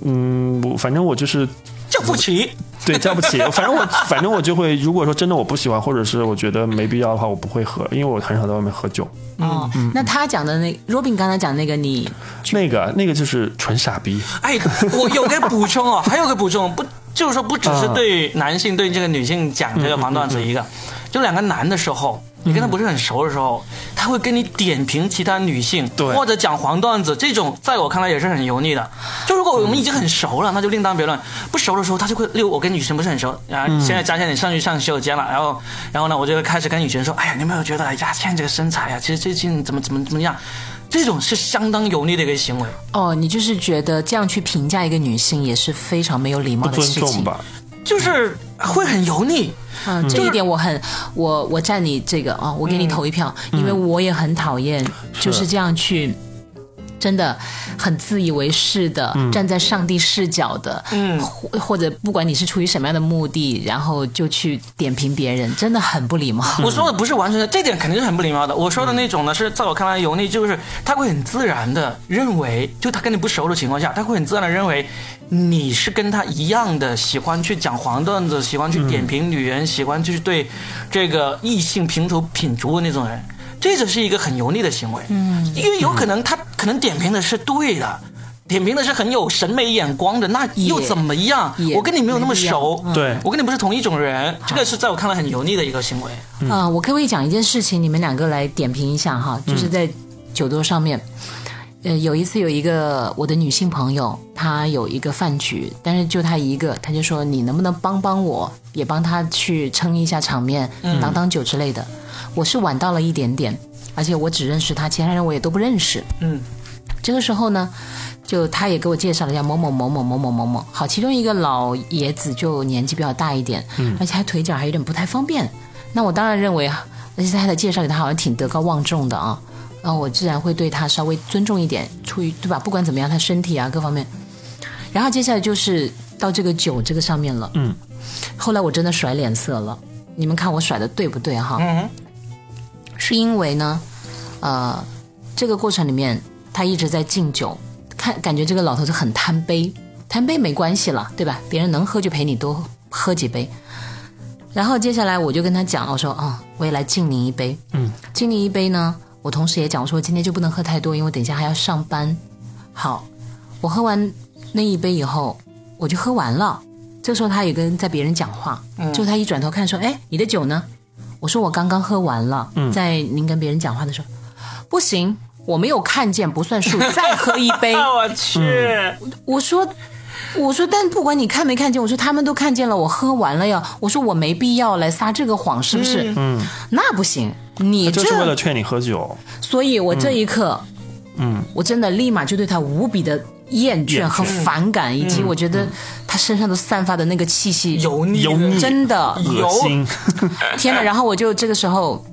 [SPEAKER 3] 嗯，我反正我就是
[SPEAKER 1] 这不齐。
[SPEAKER 3] 对叫不起， 反正我反正我就会，如果说真的我不喜欢，或者是我觉得没必要的话，我不会喝，因为我很少在外面喝酒。
[SPEAKER 2] 哦，
[SPEAKER 3] 嗯
[SPEAKER 2] 那他讲的那 Robin 刚才讲那个你
[SPEAKER 3] 那个那个就是纯傻逼，
[SPEAKER 1] 哎，我有个补充哦，还有个补充，不就是说不只是
[SPEAKER 3] 啊
[SPEAKER 1] 对男性对这个女性讲这个黄段子一个，就两个男的时候。你跟他不是很熟的时候，他会跟你点评其他女性，
[SPEAKER 3] 对
[SPEAKER 1] 或者讲黄段子，这种在我看来也是很油腻的。就如果我们已经很熟了，那就另当别论；不熟的时候，他就会，例如我跟女生不是很熟，然后现在佳倩你上去上洗手间了，然后，然后呢，我就会开始跟女生说，哎呀，你有没有觉得，哎呀，倩这个身材呀、其实最近怎么怎么怎么样，这种是相当油腻的一个行为。
[SPEAKER 2] 哦，你就是觉得这样去评价一个女性也是非常没有礼貌的
[SPEAKER 3] 不尊
[SPEAKER 2] 事
[SPEAKER 3] 重
[SPEAKER 2] 情。
[SPEAKER 3] 吧？
[SPEAKER 1] 就是会很油腻。
[SPEAKER 2] 嗯，这一点我很，我我站你这个啊、哦，我给你
[SPEAKER 1] 嗯
[SPEAKER 2] 投一票，因为我也很讨厌就是这样去。真的很自以为是的，
[SPEAKER 1] 嗯
[SPEAKER 2] 站在上帝视角的，嗯，或或者不管你是出于什么样的目的，然后就去点评别人，真的很不礼貌。
[SPEAKER 1] 我说的不是完全的，这点肯定是很不礼貌的。我说的那种呢，是在我看来油腻，就是他会很自然的认为，就他跟你不熟的情况下，他会很自然的认为你是跟他一样的，喜欢去讲黄段子，喜欢去点评女人，喜欢去对这个异性评头品足的那种人。这就是一个很油腻的行为，嗯，因为有可能他可能点评的是对的，点评的是很有审美眼光的，那又
[SPEAKER 2] 也
[SPEAKER 1] 怎么样
[SPEAKER 2] 也？
[SPEAKER 1] 我跟你没有那么
[SPEAKER 2] 没必要嗯
[SPEAKER 1] 熟，
[SPEAKER 3] 对
[SPEAKER 1] 我跟你不是同一种人，这个是在我看来很油腻的一个行为。
[SPEAKER 2] 啊、我可不可以讲一件事情？你们两个来点评一下哈，就是在酒桌上面，呃，有一次有一个我的女性朋友，她有一个饭局，但是就她一个，她就说你能不能帮帮我，也帮她去撑一下场面，挡挡酒之类的。我是晚到了一点点，而且我只认识她，其他人我也都不认识。
[SPEAKER 1] 嗯，
[SPEAKER 2] 这个时候呢，就他也给我介绍了一下某某某某某某某某。好，其中一个老爷子就年纪比较大一点，而且他腿脚还有点不太方便。那我当然认为，而且他的介绍给他好像挺德高望重的啊，然后我自然会对他稍微尊重一点，出于对吧？不管怎么样，他身体啊各方面。然后接下来就是到这个酒这个上面了，
[SPEAKER 3] 嗯，
[SPEAKER 2] 后来我真的甩脸色了，你们看我甩的对不对哈？
[SPEAKER 1] 嗯，
[SPEAKER 2] 是因为呢，呃，这个过程里面他一直在敬酒，看感觉这个老头子很贪杯，贪杯没关系了，对吧？别人能喝就陪你多喝几杯。然后接下来我就跟他讲，我说啊、我也来敬您一杯，
[SPEAKER 3] 嗯，
[SPEAKER 2] 敬您一杯呢，我同时也讲，我说今天就不能喝太多，因为我等一下还要上班。好，我喝完那一杯以后，我就喝完了。这时候他也跟在别人讲话，就他一转头看说：“哎，你的酒呢？”我说：“我刚刚喝完了。”在您跟别人讲话的时候，不行，我没有看见，不算数，再喝一 杯。
[SPEAKER 1] 啊我去，
[SPEAKER 3] 嗯
[SPEAKER 2] 我说，我说，但不管你看没看见，我说他们都看见了，我喝完了呀。我说我没必要来撒这个谎，是不是？嗯，那不行，你
[SPEAKER 3] 就
[SPEAKER 2] 这
[SPEAKER 3] 是为了劝你喝酒，
[SPEAKER 2] 所以我这一刻，
[SPEAKER 3] 嗯，
[SPEAKER 2] 我真的立马就对他无比的厌倦和反感，以
[SPEAKER 3] 嗯
[SPEAKER 2] 及我觉得他身上都散发的那个气息，
[SPEAKER 1] 油腻
[SPEAKER 3] 油腻
[SPEAKER 2] 真的，
[SPEAKER 3] 恶心。
[SPEAKER 2] 天哪！然后我就这个时候，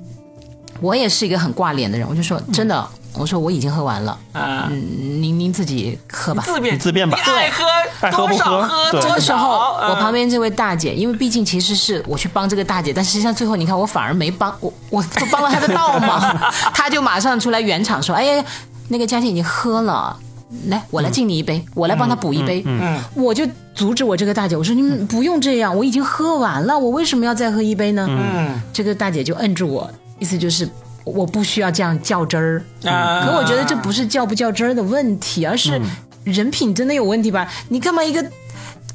[SPEAKER 2] 我也是一个很挂脸的人，我就说
[SPEAKER 3] 嗯
[SPEAKER 2] 真的，我说我已经喝完了，
[SPEAKER 1] 啊，
[SPEAKER 2] 嗯您您自己喝吧。
[SPEAKER 1] 自便
[SPEAKER 3] 你自便吧
[SPEAKER 1] 你爱喝
[SPEAKER 3] 爱喝不
[SPEAKER 1] 多少
[SPEAKER 3] 喝对
[SPEAKER 1] 多
[SPEAKER 2] 这个时
[SPEAKER 1] 少
[SPEAKER 2] 候，
[SPEAKER 1] 嗯
[SPEAKER 2] 我旁边这位大姐，因为毕竟其实是我去帮这个大姐，但实际上最后你看我反而没帮，我我都帮了她的倒忙，她就马上出来圆场说：“哎呀，那个嘉欣已经喝了，来，我来敬你一杯，我来帮她补一杯。我就阻止我这个大姐，我说：“你们不用这样，我已经喝完了，我为什么要再喝一杯呢？”嗯，这个大姐就摁住我，意思就是我不需要这样较真儿。
[SPEAKER 1] 啊
[SPEAKER 3] 嗯
[SPEAKER 2] 可我觉得这不是较不较真儿的问题，而是人品真的有问题吧？你干嘛一个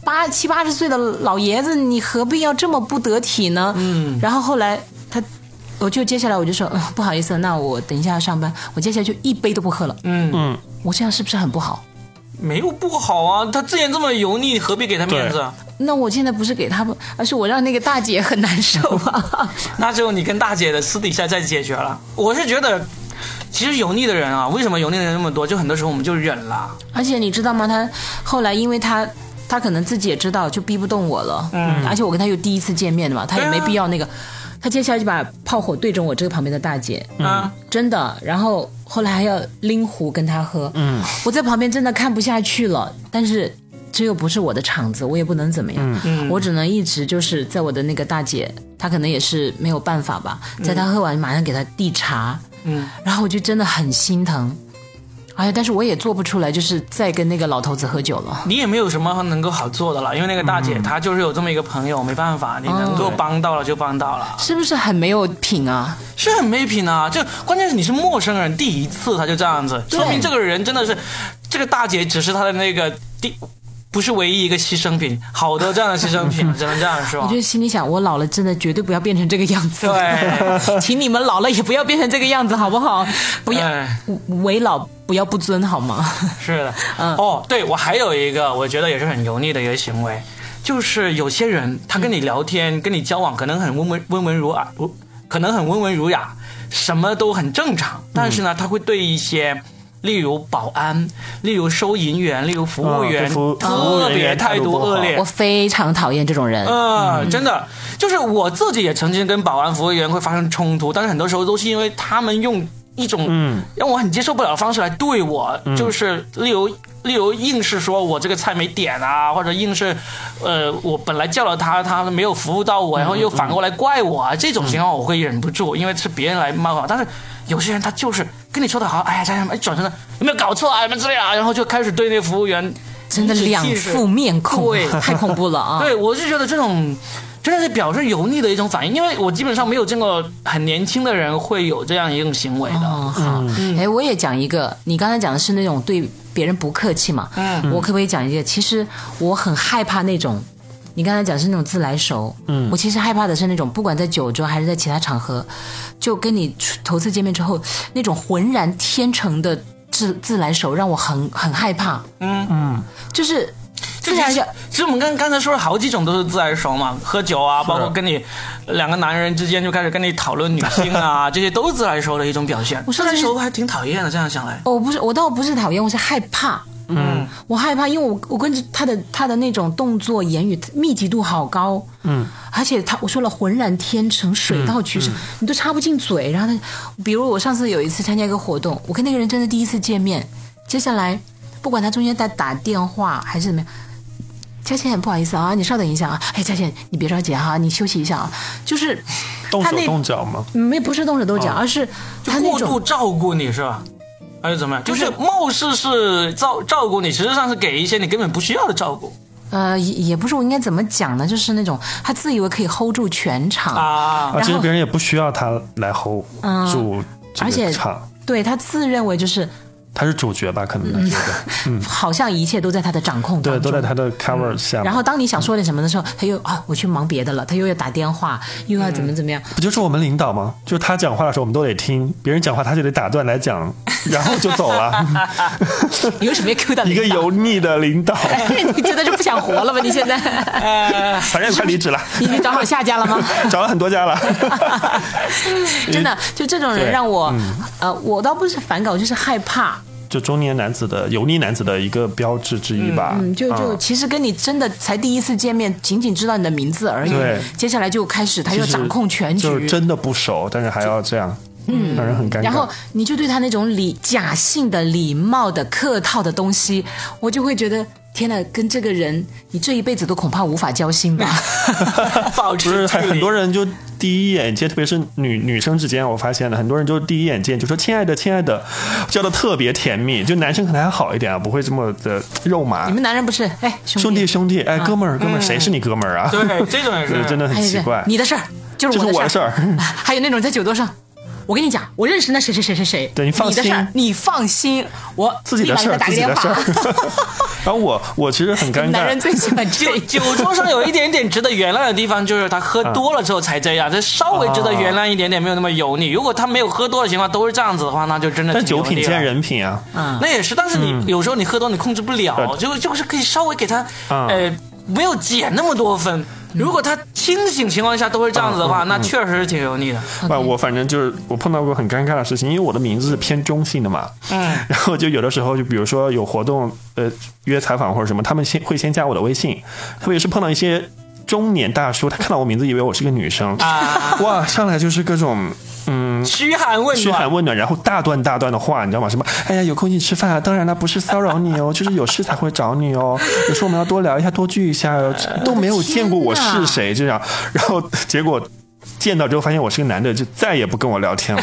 [SPEAKER 2] 八七八十岁的老爷子，你何必要这么不得体呢？嗯。然后后来他，我就接下来我就说、呃不好意思，那我等一下要上班，我接下来就一杯都不喝了。
[SPEAKER 1] 嗯
[SPEAKER 3] 嗯，
[SPEAKER 2] 我这样是不是很不好？
[SPEAKER 1] 没有不好啊，他之前这么油腻，何必给他面子啊？
[SPEAKER 2] 那我现在不是给他们，而是我让那个大姐很难受啊。
[SPEAKER 1] 那就你跟大姐的私底下再解决了。我是觉得，其实油腻的人啊，为什么油腻的人那么多？就很多时候我们就忍了。
[SPEAKER 2] 而且你知道吗？他后来因为他。他可能自己也知道，就逼不动我了。嗯，而且我跟他又第一次见面的嘛，他也
[SPEAKER 1] 对
[SPEAKER 2] 没
[SPEAKER 1] 啊
[SPEAKER 2] 必要那个。他接下来就把炮火对准我这个旁边的大姐，嗯
[SPEAKER 1] 啊，
[SPEAKER 2] 真的。然后后来还要拎壶跟他喝，嗯，我在旁边真的看不下去了。但是这又不是我的场子，我也不能怎么样，我只能一直就是在我的那个大姐，她可能也是没有办法吧，在她喝完马上给她递茶，嗯，然后我就真的很心疼。哎呀，但是我也做不出来，就是再跟那个老头子喝酒了。
[SPEAKER 1] 你也没有什么能够好做的了，因为那个大姐、
[SPEAKER 3] 嗯
[SPEAKER 1] 她就是有这么一个朋友，没办法，你能
[SPEAKER 3] 哦
[SPEAKER 1] 够帮到了就帮到了，
[SPEAKER 2] 是不是很没有品啊？
[SPEAKER 1] 是很没品啊。就关键是你是陌生人，第一次他就这样子，
[SPEAKER 2] 对
[SPEAKER 1] 说明这个人真的是，这个大姐只是他的那个第。不是唯一一个牺牲品，好多这样的牺牲品，只能这样
[SPEAKER 2] 我
[SPEAKER 1] 说
[SPEAKER 2] 就。心里想，我老了真的绝对不要变成这个样子。
[SPEAKER 1] 对，
[SPEAKER 2] 请你们老了也不要变成这个样子，好不好？不要
[SPEAKER 1] 哎
[SPEAKER 2] 为老不要不尊，好吗？
[SPEAKER 1] 是的，哦，对我还有一个，我觉得也是很油腻的一个行为，就是有些人他跟你聊天、跟你交往，可能很温文温文儒雅，如可能很温文儒雅，什么都很正常，但是呢，他会对一些。例如保安，例如收银员，例如服务员，
[SPEAKER 3] 啊对服服务
[SPEAKER 1] 特
[SPEAKER 3] 人
[SPEAKER 1] 别
[SPEAKER 3] 员
[SPEAKER 1] 态
[SPEAKER 3] 态度
[SPEAKER 1] 度
[SPEAKER 3] 不好
[SPEAKER 1] 恶劣
[SPEAKER 2] 我。非常讨厌这种人。
[SPEAKER 1] 哎
[SPEAKER 2] 嗯
[SPEAKER 1] 呃，真的，就是我自己也曾经跟保安、服务员会发生冲突，但是很多时候都是因为他们用一种
[SPEAKER 3] 嗯
[SPEAKER 1] 让我很接受不了的方式来对我，
[SPEAKER 2] 嗯
[SPEAKER 1] 就是例如例如硬是说我这个菜没点啊，或者硬是呃我本来叫了他，他没有服务到
[SPEAKER 2] 嗯
[SPEAKER 1] 我，然后又反过来怪我啊，这种情况我会忍不住，因为是别人来骂我，但是。有些人他就是跟你说的好，哎呀，家人们，哎，转身了，有没有搞错啊？什么之类啊，然后就开始对那服务员
[SPEAKER 2] 真的
[SPEAKER 1] 颐指
[SPEAKER 2] 两
[SPEAKER 1] 气使
[SPEAKER 2] 副面孔
[SPEAKER 1] 对，
[SPEAKER 2] 太恐怖 了啊！
[SPEAKER 1] 对，我是觉得这种真的是表示油腻的一种反应，因为我基本上没有见过很年轻的人会有这样一种行为的。嗯
[SPEAKER 2] 哦，好，哎，我也讲一个，你刚才讲的是那种对别人不客气嘛？嗯，我可不可以讲一个？其实我很害怕那种，你刚才讲是那种自来熟，嗯，我其实害怕的是那种，不管在酒桌还是在其他场合，就跟你初头次见面之后那种浑然天成的自自来熟，让我很很害怕。嗯嗯，就是。
[SPEAKER 1] 就这
[SPEAKER 2] 自然就
[SPEAKER 1] 其实我们刚刚才说了好几种都是自来熟嘛，喝酒啊，包括跟你呃两个男人之间就开始跟你讨论女性啊， 这些都是自来熟的一种表现。
[SPEAKER 2] 我
[SPEAKER 1] 自
[SPEAKER 2] 说的
[SPEAKER 1] 来
[SPEAKER 2] 是
[SPEAKER 1] 熟还挺讨厌的，这样想来，
[SPEAKER 2] 哦，我不是，我倒不是讨厌，我是害怕。嗯，我害怕，因为我我跟着他的他的那种动作、言语密集度好高，嗯，而且他我说了浑然天成、水到渠成，你都插不进嘴。然后他，比如我上次有一次参加一个活动，我跟那个人真的第一次见面，接下来不管他中间在打电话还是怎么样，佳倩不好意思啊，你稍等一下啊，哎，佳倩你别着急哈、你休息一下啊，就是
[SPEAKER 3] 动
[SPEAKER 2] 他
[SPEAKER 3] 手
[SPEAKER 2] 那
[SPEAKER 3] 动脚吗？
[SPEAKER 2] 没不是动手动脚，
[SPEAKER 3] 哦
[SPEAKER 2] 而是
[SPEAKER 1] 就
[SPEAKER 2] 他那
[SPEAKER 1] 过
[SPEAKER 2] 种
[SPEAKER 1] 度照顾你是吧？还是怎么样？就是貌似是照照顾你，实际上是给一些你根本不需要的照顾
[SPEAKER 2] 呃，也也不是我应该怎么讲呢，就是那种他自以为可以 hold 住全场，
[SPEAKER 1] 啊。
[SPEAKER 3] 啊，其
[SPEAKER 2] 然
[SPEAKER 3] 实
[SPEAKER 2] 后嗯
[SPEAKER 3] 别人也不需要他来 hold 住这
[SPEAKER 2] 而且
[SPEAKER 3] 个场，
[SPEAKER 2] 对他自认为就是
[SPEAKER 3] 他是主角吧？可
[SPEAKER 2] 嗯
[SPEAKER 3] 能他觉得，
[SPEAKER 2] 好像一切都在他的掌控当
[SPEAKER 3] 对，
[SPEAKER 2] 中。
[SPEAKER 3] 都在他的 cover 下。
[SPEAKER 2] 然后当你想说点什么的时候，他又啊，我去忙别的了，他又要打电话，又要怎么怎么样。
[SPEAKER 3] 不就是我们领导吗？就是他讲话的时候，我们都得听；别人讲话，他就得打断来讲， 然后就走了。
[SPEAKER 2] 你为什么要 Q 到
[SPEAKER 3] 一个
[SPEAKER 2] 领导？
[SPEAKER 3] 油腻的领导，
[SPEAKER 2] 你真的是不想活了吧？你现 在，
[SPEAKER 3] 反正也快离职了，
[SPEAKER 2] 你你找好下家了吗？
[SPEAKER 3] 找了很多家了。
[SPEAKER 2] 真的，就这种人
[SPEAKER 3] 对嗯
[SPEAKER 2] 让我，呃，我倒不是反感，我就是害怕。
[SPEAKER 3] 就中年男子的油腻男子的一个标志之一吧。
[SPEAKER 2] 嗯，就就
[SPEAKER 3] 嗯
[SPEAKER 2] 其实跟你真的才第一次见面，仅仅知道你的名字而已
[SPEAKER 3] 对。
[SPEAKER 2] 接下来就开始他又
[SPEAKER 3] 就是
[SPEAKER 2] 掌控全局，
[SPEAKER 3] 就是真的不熟，但是还要这样，嗯，让人很尴尬。
[SPEAKER 2] 然后你就对他那种礼假性的礼貌的客套的东西，我就会觉得天呐，跟这个人你这一辈子都恐怕无法交心 吧。
[SPEAKER 1] 保
[SPEAKER 3] 不
[SPEAKER 1] 持距
[SPEAKER 3] 是还
[SPEAKER 1] 离，
[SPEAKER 3] 很多人就第一眼见，特别是女女生之间，我发现了很多人就第一眼见就说“亲爱的，亲爱的”，叫的特别甜蜜。就男生可能还好一点啊，不会这么的肉麻
[SPEAKER 2] 你。们男嗯人不是哎
[SPEAKER 3] 兄
[SPEAKER 2] 兄
[SPEAKER 3] 弟，兄弟，哎，哥们儿，哥们儿，谁是你哥们儿啊？
[SPEAKER 1] 对这种也
[SPEAKER 3] 对，
[SPEAKER 1] 是
[SPEAKER 3] 真的很
[SPEAKER 2] 还有一
[SPEAKER 3] 奇
[SPEAKER 2] 个
[SPEAKER 3] 怪。
[SPEAKER 2] 哎你的事儿就是
[SPEAKER 3] 这
[SPEAKER 2] 我
[SPEAKER 3] 是我
[SPEAKER 2] 的
[SPEAKER 3] 的
[SPEAKER 2] 事
[SPEAKER 3] 事
[SPEAKER 2] 儿
[SPEAKER 3] 儿，
[SPEAKER 2] 还有那种在酒桌上。我跟你讲，我认识那谁谁谁谁谁，
[SPEAKER 3] 对你放
[SPEAKER 2] 你的事儿
[SPEAKER 3] 心，
[SPEAKER 2] 你放心，我
[SPEAKER 3] 自己
[SPEAKER 2] 立
[SPEAKER 3] 的
[SPEAKER 2] 马给他
[SPEAKER 3] 事儿，
[SPEAKER 2] 打
[SPEAKER 3] 自
[SPEAKER 2] 个
[SPEAKER 3] 己
[SPEAKER 2] 电
[SPEAKER 3] 的事
[SPEAKER 2] 话
[SPEAKER 3] 儿。然后我我其实很 尴
[SPEAKER 2] 男人
[SPEAKER 3] 尬，
[SPEAKER 2] 最喜欢这
[SPEAKER 1] 酒
[SPEAKER 2] 样
[SPEAKER 1] 酒桌上有一点点值得原谅的地方，就是他喝多了之后才这
[SPEAKER 3] 啊
[SPEAKER 1] 样，这稍微值得原谅一点点，没有那么油腻。如果他没有喝多的情况都是这样子的话，那就真的
[SPEAKER 3] 但
[SPEAKER 1] 挺
[SPEAKER 3] 酒
[SPEAKER 1] 油腻
[SPEAKER 3] 品
[SPEAKER 1] 了嗯
[SPEAKER 3] 见。人品啊，
[SPEAKER 2] 嗯
[SPEAKER 1] 那也是，但是你有时候你喝多你控制不了，
[SPEAKER 3] 嗯对
[SPEAKER 1] 就就是可以稍微给他，
[SPEAKER 3] 嗯
[SPEAKER 1] 呃，没有减那么多分。如果他清醒情况下都会这样子的
[SPEAKER 3] 嗯
[SPEAKER 1] 话，那确实是挺油腻的。
[SPEAKER 3] 啊，我反正就是我碰到过很尴尬的事情，因为我的名字是偏中性的嘛，
[SPEAKER 1] 嗯，
[SPEAKER 3] 然后就有的时候就比如说有活动，呃，约采访或者什么，他们先会先加我的微信，特别是碰到一些中年大叔，他看到我名字以为我是个女生，
[SPEAKER 1] 啊
[SPEAKER 3] 哇，上来就是各种嗯。
[SPEAKER 1] 嘘寒问
[SPEAKER 3] 嘘
[SPEAKER 1] 暖
[SPEAKER 3] 寒，问暖，然后大段大段的话，你知道吗？什么？哎呀，有空请吃饭啊！当然了，不是骚扰你哦，就是有事才会找你哦。有时候我们要多聊一下，多聚一下哦。都没有见过我是谁，这样。然后结果见到之后发现我是个男的，就再也不跟我聊天了。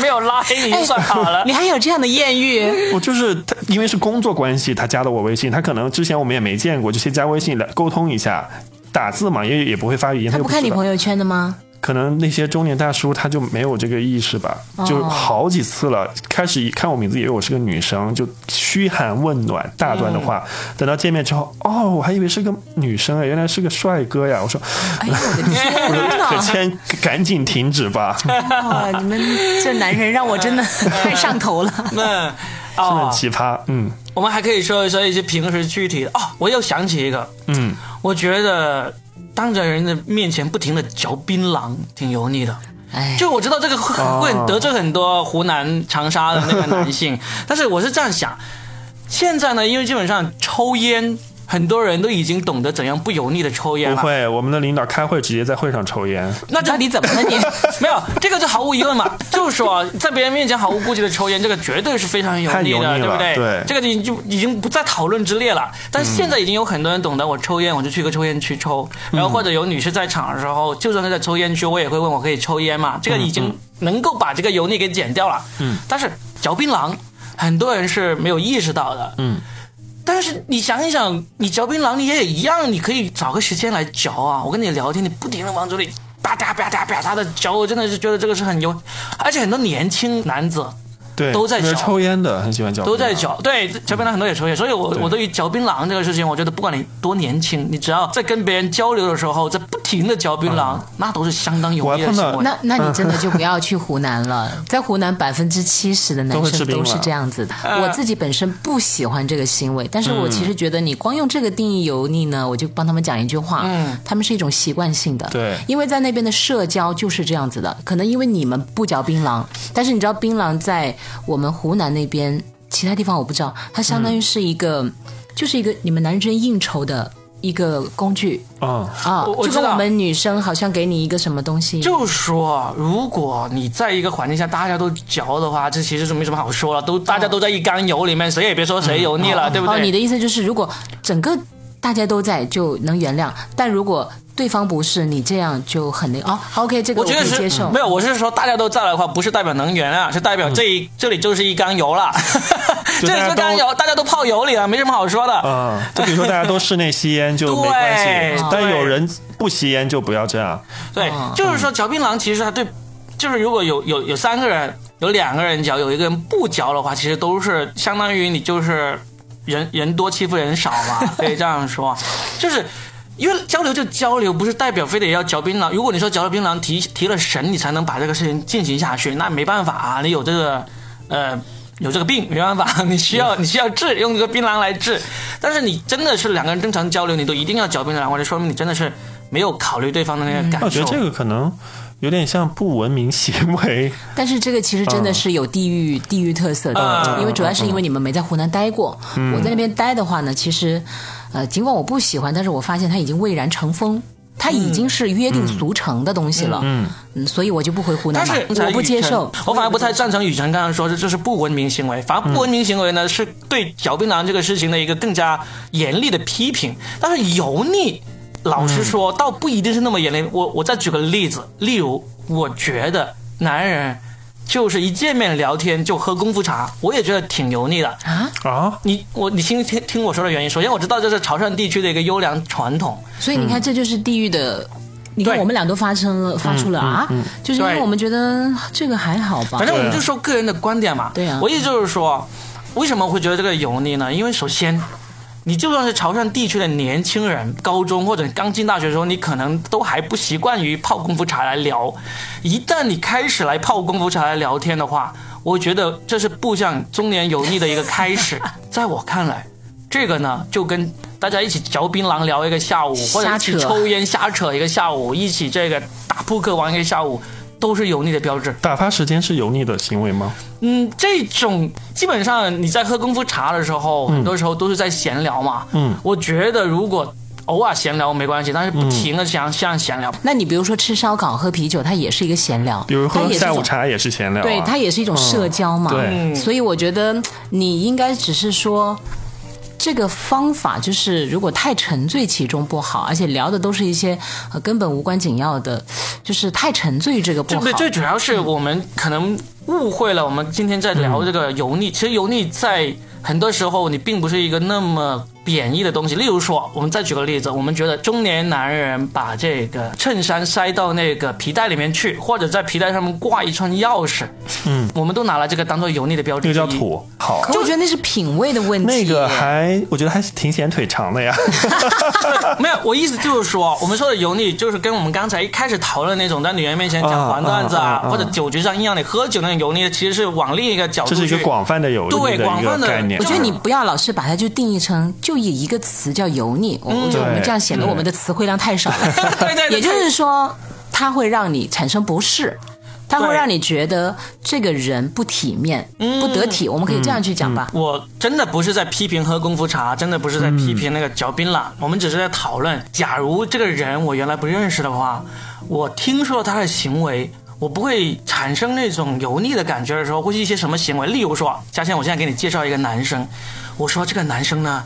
[SPEAKER 1] 没有拉黑 你就算
[SPEAKER 3] 哎
[SPEAKER 1] 好了。
[SPEAKER 2] 哎
[SPEAKER 1] 嗯
[SPEAKER 2] 你还有这样的艳遇？
[SPEAKER 3] 我就是他，因为是工作关系，他加的我微信，他可能之前我们也没见过，就先加微信来沟通一下。打字嘛，也也不会发语音，
[SPEAKER 2] 他
[SPEAKER 3] 就
[SPEAKER 2] 不看
[SPEAKER 3] 知
[SPEAKER 2] 你
[SPEAKER 3] 道
[SPEAKER 2] 朋友圈的吗？
[SPEAKER 3] 可能那些中年大叔他就没有这个意识吧，就好几次了。开始一看我名字以为我是个女生，就嘘寒问暖大段的话。等到见面之后，哦，我还以为是个女生哎，原来是个帅哥呀！我说，
[SPEAKER 2] 哎呦我的天 哪！
[SPEAKER 3] 可千赶紧停止吧，
[SPEAKER 2] 哇，啊你们这男人让我真的 太上头了。
[SPEAKER 1] 那
[SPEAKER 3] 很
[SPEAKER 1] 哦，
[SPEAKER 3] 奇葩。嗯
[SPEAKER 1] 我们还可以说一说一些平时具体的哦。我又想起一个，
[SPEAKER 3] 嗯，
[SPEAKER 1] 我觉得当着人的面前不停的嚼槟榔，挺油腻的。
[SPEAKER 2] 哎，
[SPEAKER 1] 就我知道这个会会得罪很多湖南长沙的那个男性，但是我是这样想，现在呢，因为基本上抽烟，很多人都已经懂得怎样不油腻的抽烟
[SPEAKER 3] 不
[SPEAKER 1] 了。
[SPEAKER 3] 会，我们的领导开会直接在会上抽烟。
[SPEAKER 1] 那就
[SPEAKER 2] 到底怎么 了你？
[SPEAKER 1] 没有这个就毫无疑问嘛，就是说在别人面前毫无顾忌的抽烟，这个绝对是非常油
[SPEAKER 3] 太
[SPEAKER 1] 腻
[SPEAKER 3] 油腻
[SPEAKER 1] 的，
[SPEAKER 3] 了
[SPEAKER 1] 对不对？
[SPEAKER 3] 对
[SPEAKER 1] 这个你就已经不在讨论之列了。但现在已经有很多人懂得，我抽烟我就去个抽烟区抽，然后或者有女士在场的时候，就算是在抽烟区，我也会问我可以抽烟吗？这个已
[SPEAKER 3] 嗯
[SPEAKER 1] 经能够把这个油腻给减掉了。嗯，但是嚼槟榔，很多人是没有意识到的。嗯。但是你想一想，你嚼槟榔你也一样，你可以找个时间来嚼啊。我跟你聊天，你不停的往嘴里吧嗒吧嗒吧嗒的嚼，我真的是觉得这个是很油，而且很多年轻男子
[SPEAKER 3] 对，
[SPEAKER 1] 都在
[SPEAKER 3] 特别
[SPEAKER 1] 嚼
[SPEAKER 3] 是抽烟的，很喜欢嚼槟榔，
[SPEAKER 1] 都在嚼，对，嚼槟榔很多也抽烟，所以我我对于嚼槟榔这个事情，我觉得不管你多年轻，你只要在跟别人交流的时候，在不停的嚼槟榔，那都是相当有
[SPEAKER 3] 我还
[SPEAKER 1] 益的
[SPEAKER 3] 碰到
[SPEAKER 1] 行为。
[SPEAKER 2] 那那你真的就不要去湖南了，在湖南百分之七十的男
[SPEAKER 3] 都会吃
[SPEAKER 2] 生
[SPEAKER 3] 槟榔
[SPEAKER 2] 都是这样子的。我自己本身不喜欢这个行为，但是我其实觉得你光用这个定义油腻呢，我就帮他们讲一句话，他们是一种习惯性的，
[SPEAKER 3] 对
[SPEAKER 2] 因为在那边的社交就是这样子的。可能因为你们不嚼槟榔，但是你知道槟榔在我们湖南那边，其他地方我不知道，它相当于是一个，就是一个你们男生应酬的一个工具
[SPEAKER 3] 嗯，
[SPEAKER 2] 啊
[SPEAKER 1] 我，我
[SPEAKER 2] 就
[SPEAKER 1] 知
[SPEAKER 2] 跟
[SPEAKER 1] 道
[SPEAKER 2] 我们女生好像给你一个什么东西一样。
[SPEAKER 1] 就说，如果你在一个环境下大家都嚼的话，这其实就没什么好说了，都大家都在一缸油里面，谁也别说谁油腻了，对不对？
[SPEAKER 2] 哦，你的意思就是，如果整个大家都在，就能原谅；但如果对方不是，你这样就很那个哦。OK，这个
[SPEAKER 1] 我觉
[SPEAKER 2] 可
[SPEAKER 1] 得
[SPEAKER 2] 以
[SPEAKER 1] 是
[SPEAKER 2] 接受
[SPEAKER 1] 没。有，我是说大家都在的话，不是代表能源啊，是代表这一、这里就是一缸油了， 这
[SPEAKER 3] 嗯
[SPEAKER 1] 里就
[SPEAKER 3] 就大家
[SPEAKER 1] 缸
[SPEAKER 3] 都
[SPEAKER 1] 油，大家都泡油里了，没什么好说的。
[SPEAKER 3] 嗯，
[SPEAKER 2] 啊
[SPEAKER 3] 就比如说大家都室内吸烟就没关
[SPEAKER 1] 对
[SPEAKER 3] 系，但
[SPEAKER 1] 对
[SPEAKER 3] 有人不吸烟就不要这样。
[SPEAKER 1] 对
[SPEAKER 2] 哦，
[SPEAKER 1] 就是说嚼槟榔，其实它对，就是如果有有有三个人，有两个人嚼，有一个人不嚼的话，其实都是相当于你就是人人多欺负人少嘛，可以这样说， 就是。因为交流就交流，不是代表非得要嚼槟榔。如果你说嚼了槟榔提提了神，你才能把这个事情进行下去，那没办法啊，你有这个呃有这个病，没办法， 你需要你需要治，用这个槟榔来治。但是你真的是两个人正常交流，你都一定要嚼槟榔，或者说明你真的是没有考虑对方的那个感受。
[SPEAKER 3] 我觉得这个可能有点像不文明行为，
[SPEAKER 2] 但是这个其实真的是有地域、地域特色的，
[SPEAKER 1] 嗯
[SPEAKER 2] 因为主要是因为你们没在湖南待过。我在那边待的话呢，其实呃，尽管我不喜欢，但是我发现它已经蔚然成风。它已
[SPEAKER 1] 嗯
[SPEAKER 2] 经是约定俗成的东西了，嗯，所以我就不回湖南
[SPEAKER 1] 但
[SPEAKER 2] 了
[SPEAKER 1] 是，
[SPEAKER 2] 我不接受。
[SPEAKER 1] 我反而不太赞成雨辰刚刚说这这是不文明行为。反而不文明行为
[SPEAKER 3] 嗯
[SPEAKER 1] 呢，是对嚼槟榔这个事情的一个更加严厉的批评。但是油腻，老
[SPEAKER 3] 嗯
[SPEAKER 1] 实说，倒不一定是那么严厉。我我再举个例子，例如，我觉得男人就是一见面聊天就喝功夫茶，我也觉得挺油腻的。
[SPEAKER 2] 啊，
[SPEAKER 3] 啊，
[SPEAKER 1] 你我你听听听我说的原因，首先我知道这是潮汕地区的一个优良传统，
[SPEAKER 2] 所以你看，
[SPEAKER 3] 嗯
[SPEAKER 2] 这就是地域的。你看，
[SPEAKER 1] 对
[SPEAKER 2] 我们俩都发生了，发出了啊，
[SPEAKER 3] 嗯
[SPEAKER 2] 就是因为
[SPEAKER 1] 对
[SPEAKER 2] 我们觉得啊这个还好吧
[SPEAKER 1] 反。正我们
[SPEAKER 3] 对啊
[SPEAKER 1] 就说个人的观点嘛。
[SPEAKER 2] 对啊
[SPEAKER 1] 我意思就是说，为什么会觉得这个油腻呢？因为首先，你就算是潮汕地区的年轻人，高中或者刚进大学的时候，你可能都还不习惯于泡功夫茶来聊。一旦你开始来泡功夫茶来聊天的话，我觉得这是步向中年油腻的一个开 始。在我看来，这个呢就跟。大家一起嚼槟榔聊一个下午，或者一起
[SPEAKER 2] 瞎扯
[SPEAKER 1] 抽烟瞎扯一个下午，一起这个打扑克玩一个下午，都是油腻的标志。
[SPEAKER 3] 打发时间是油腻的行为吗？
[SPEAKER 1] 嗯，这种基本上你在喝功夫茶的时候，很多时候都是在闲聊嘛。
[SPEAKER 3] 嗯，
[SPEAKER 1] 我觉得如果偶尔闲聊没关系，但是不停的想像闲聊，
[SPEAKER 2] 那你比如说吃烧烤、喝啤酒，它也是一个闲聊，
[SPEAKER 3] 比如
[SPEAKER 2] 它
[SPEAKER 3] 喝
[SPEAKER 2] 也是一
[SPEAKER 3] 下午
[SPEAKER 2] 种，
[SPEAKER 3] 茶也是闲聊、啊，
[SPEAKER 2] 对，它也是一种社交嘛。
[SPEAKER 3] 对
[SPEAKER 1] 嗯
[SPEAKER 2] 所以我觉得嗯你应该只是说。这个方法就是，如果太沉醉其中不好，而且聊的都是一些呃根本无关紧要的，就是太沉醉这个不
[SPEAKER 1] 最
[SPEAKER 2] 好。
[SPEAKER 1] 最最主要是我们可能误会了，我们今天在聊这个油
[SPEAKER 3] 嗯
[SPEAKER 1] 腻，其实油腻在呃很多时候你并不是一个那么贬义的东西。例如说，我们再举个例子，我们觉得中年男人把这个衬衫塞到那个皮带里面去，或者在皮带上面挂一串钥匙，嗯，我们都拿了这个当做油腻的标志
[SPEAKER 3] 那
[SPEAKER 1] 之
[SPEAKER 3] 个
[SPEAKER 1] 一。
[SPEAKER 3] 叫土啊好。
[SPEAKER 2] 可我觉得那是品味的问题。
[SPEAKER 3] 那个还，我觉得还是挺显腿长 的呀。
[SPEAKER 1] 没有，我意思就是说，我们说的油腻，就是跟我们刚才一开始讨论那种在女人面前讲黄段子
[SPEAKER 3] 啊啊啊啊
[SPEAKER 1] 或者酒局上硬让你喝酒那种油腻，其实是往另一个角度
[SPEAKER 3] 这是一个
[SPEAKER 1] 去
[SPEAKER 3] 广泛的油腻
[SPEAKER 1] 对
[SPEAKER 3] 的
[SPEAKER 1] 广
[SPEAKER 3] 一个
[SPEAKER 1] 泛的
[SPEAKER 3] 概念。
[SPEAKER 2] 我觉得你不要老是把它就定义成就以一个词叫油腻，我我觉得我们
[SPEAKER 3] 对
[SPEAKER 2] 这样显得我们的词汇量太少了。
[SPEAKER 1] 嗯 对对对
[SPEAKER 2] 也就是说，它会让你产生不适。它会
[SPEAKER 1] 对嗯
[SPEAKER 2] 让你觉得这个人不体面、不得体，我们可以这样去讲吧。
[SPEAKER 1] 我真的不是在批评喝功夫茶，真的不是在批评那个嚼槟榔，我们只是在讨论，假如这个人我原来不认识的话，我听说他的行为。我不会产生那种油腻的感觉的时候，会是一些什么行为？例如说，嘉倩，我现在给你介绍一个男生，我说这个男生呢，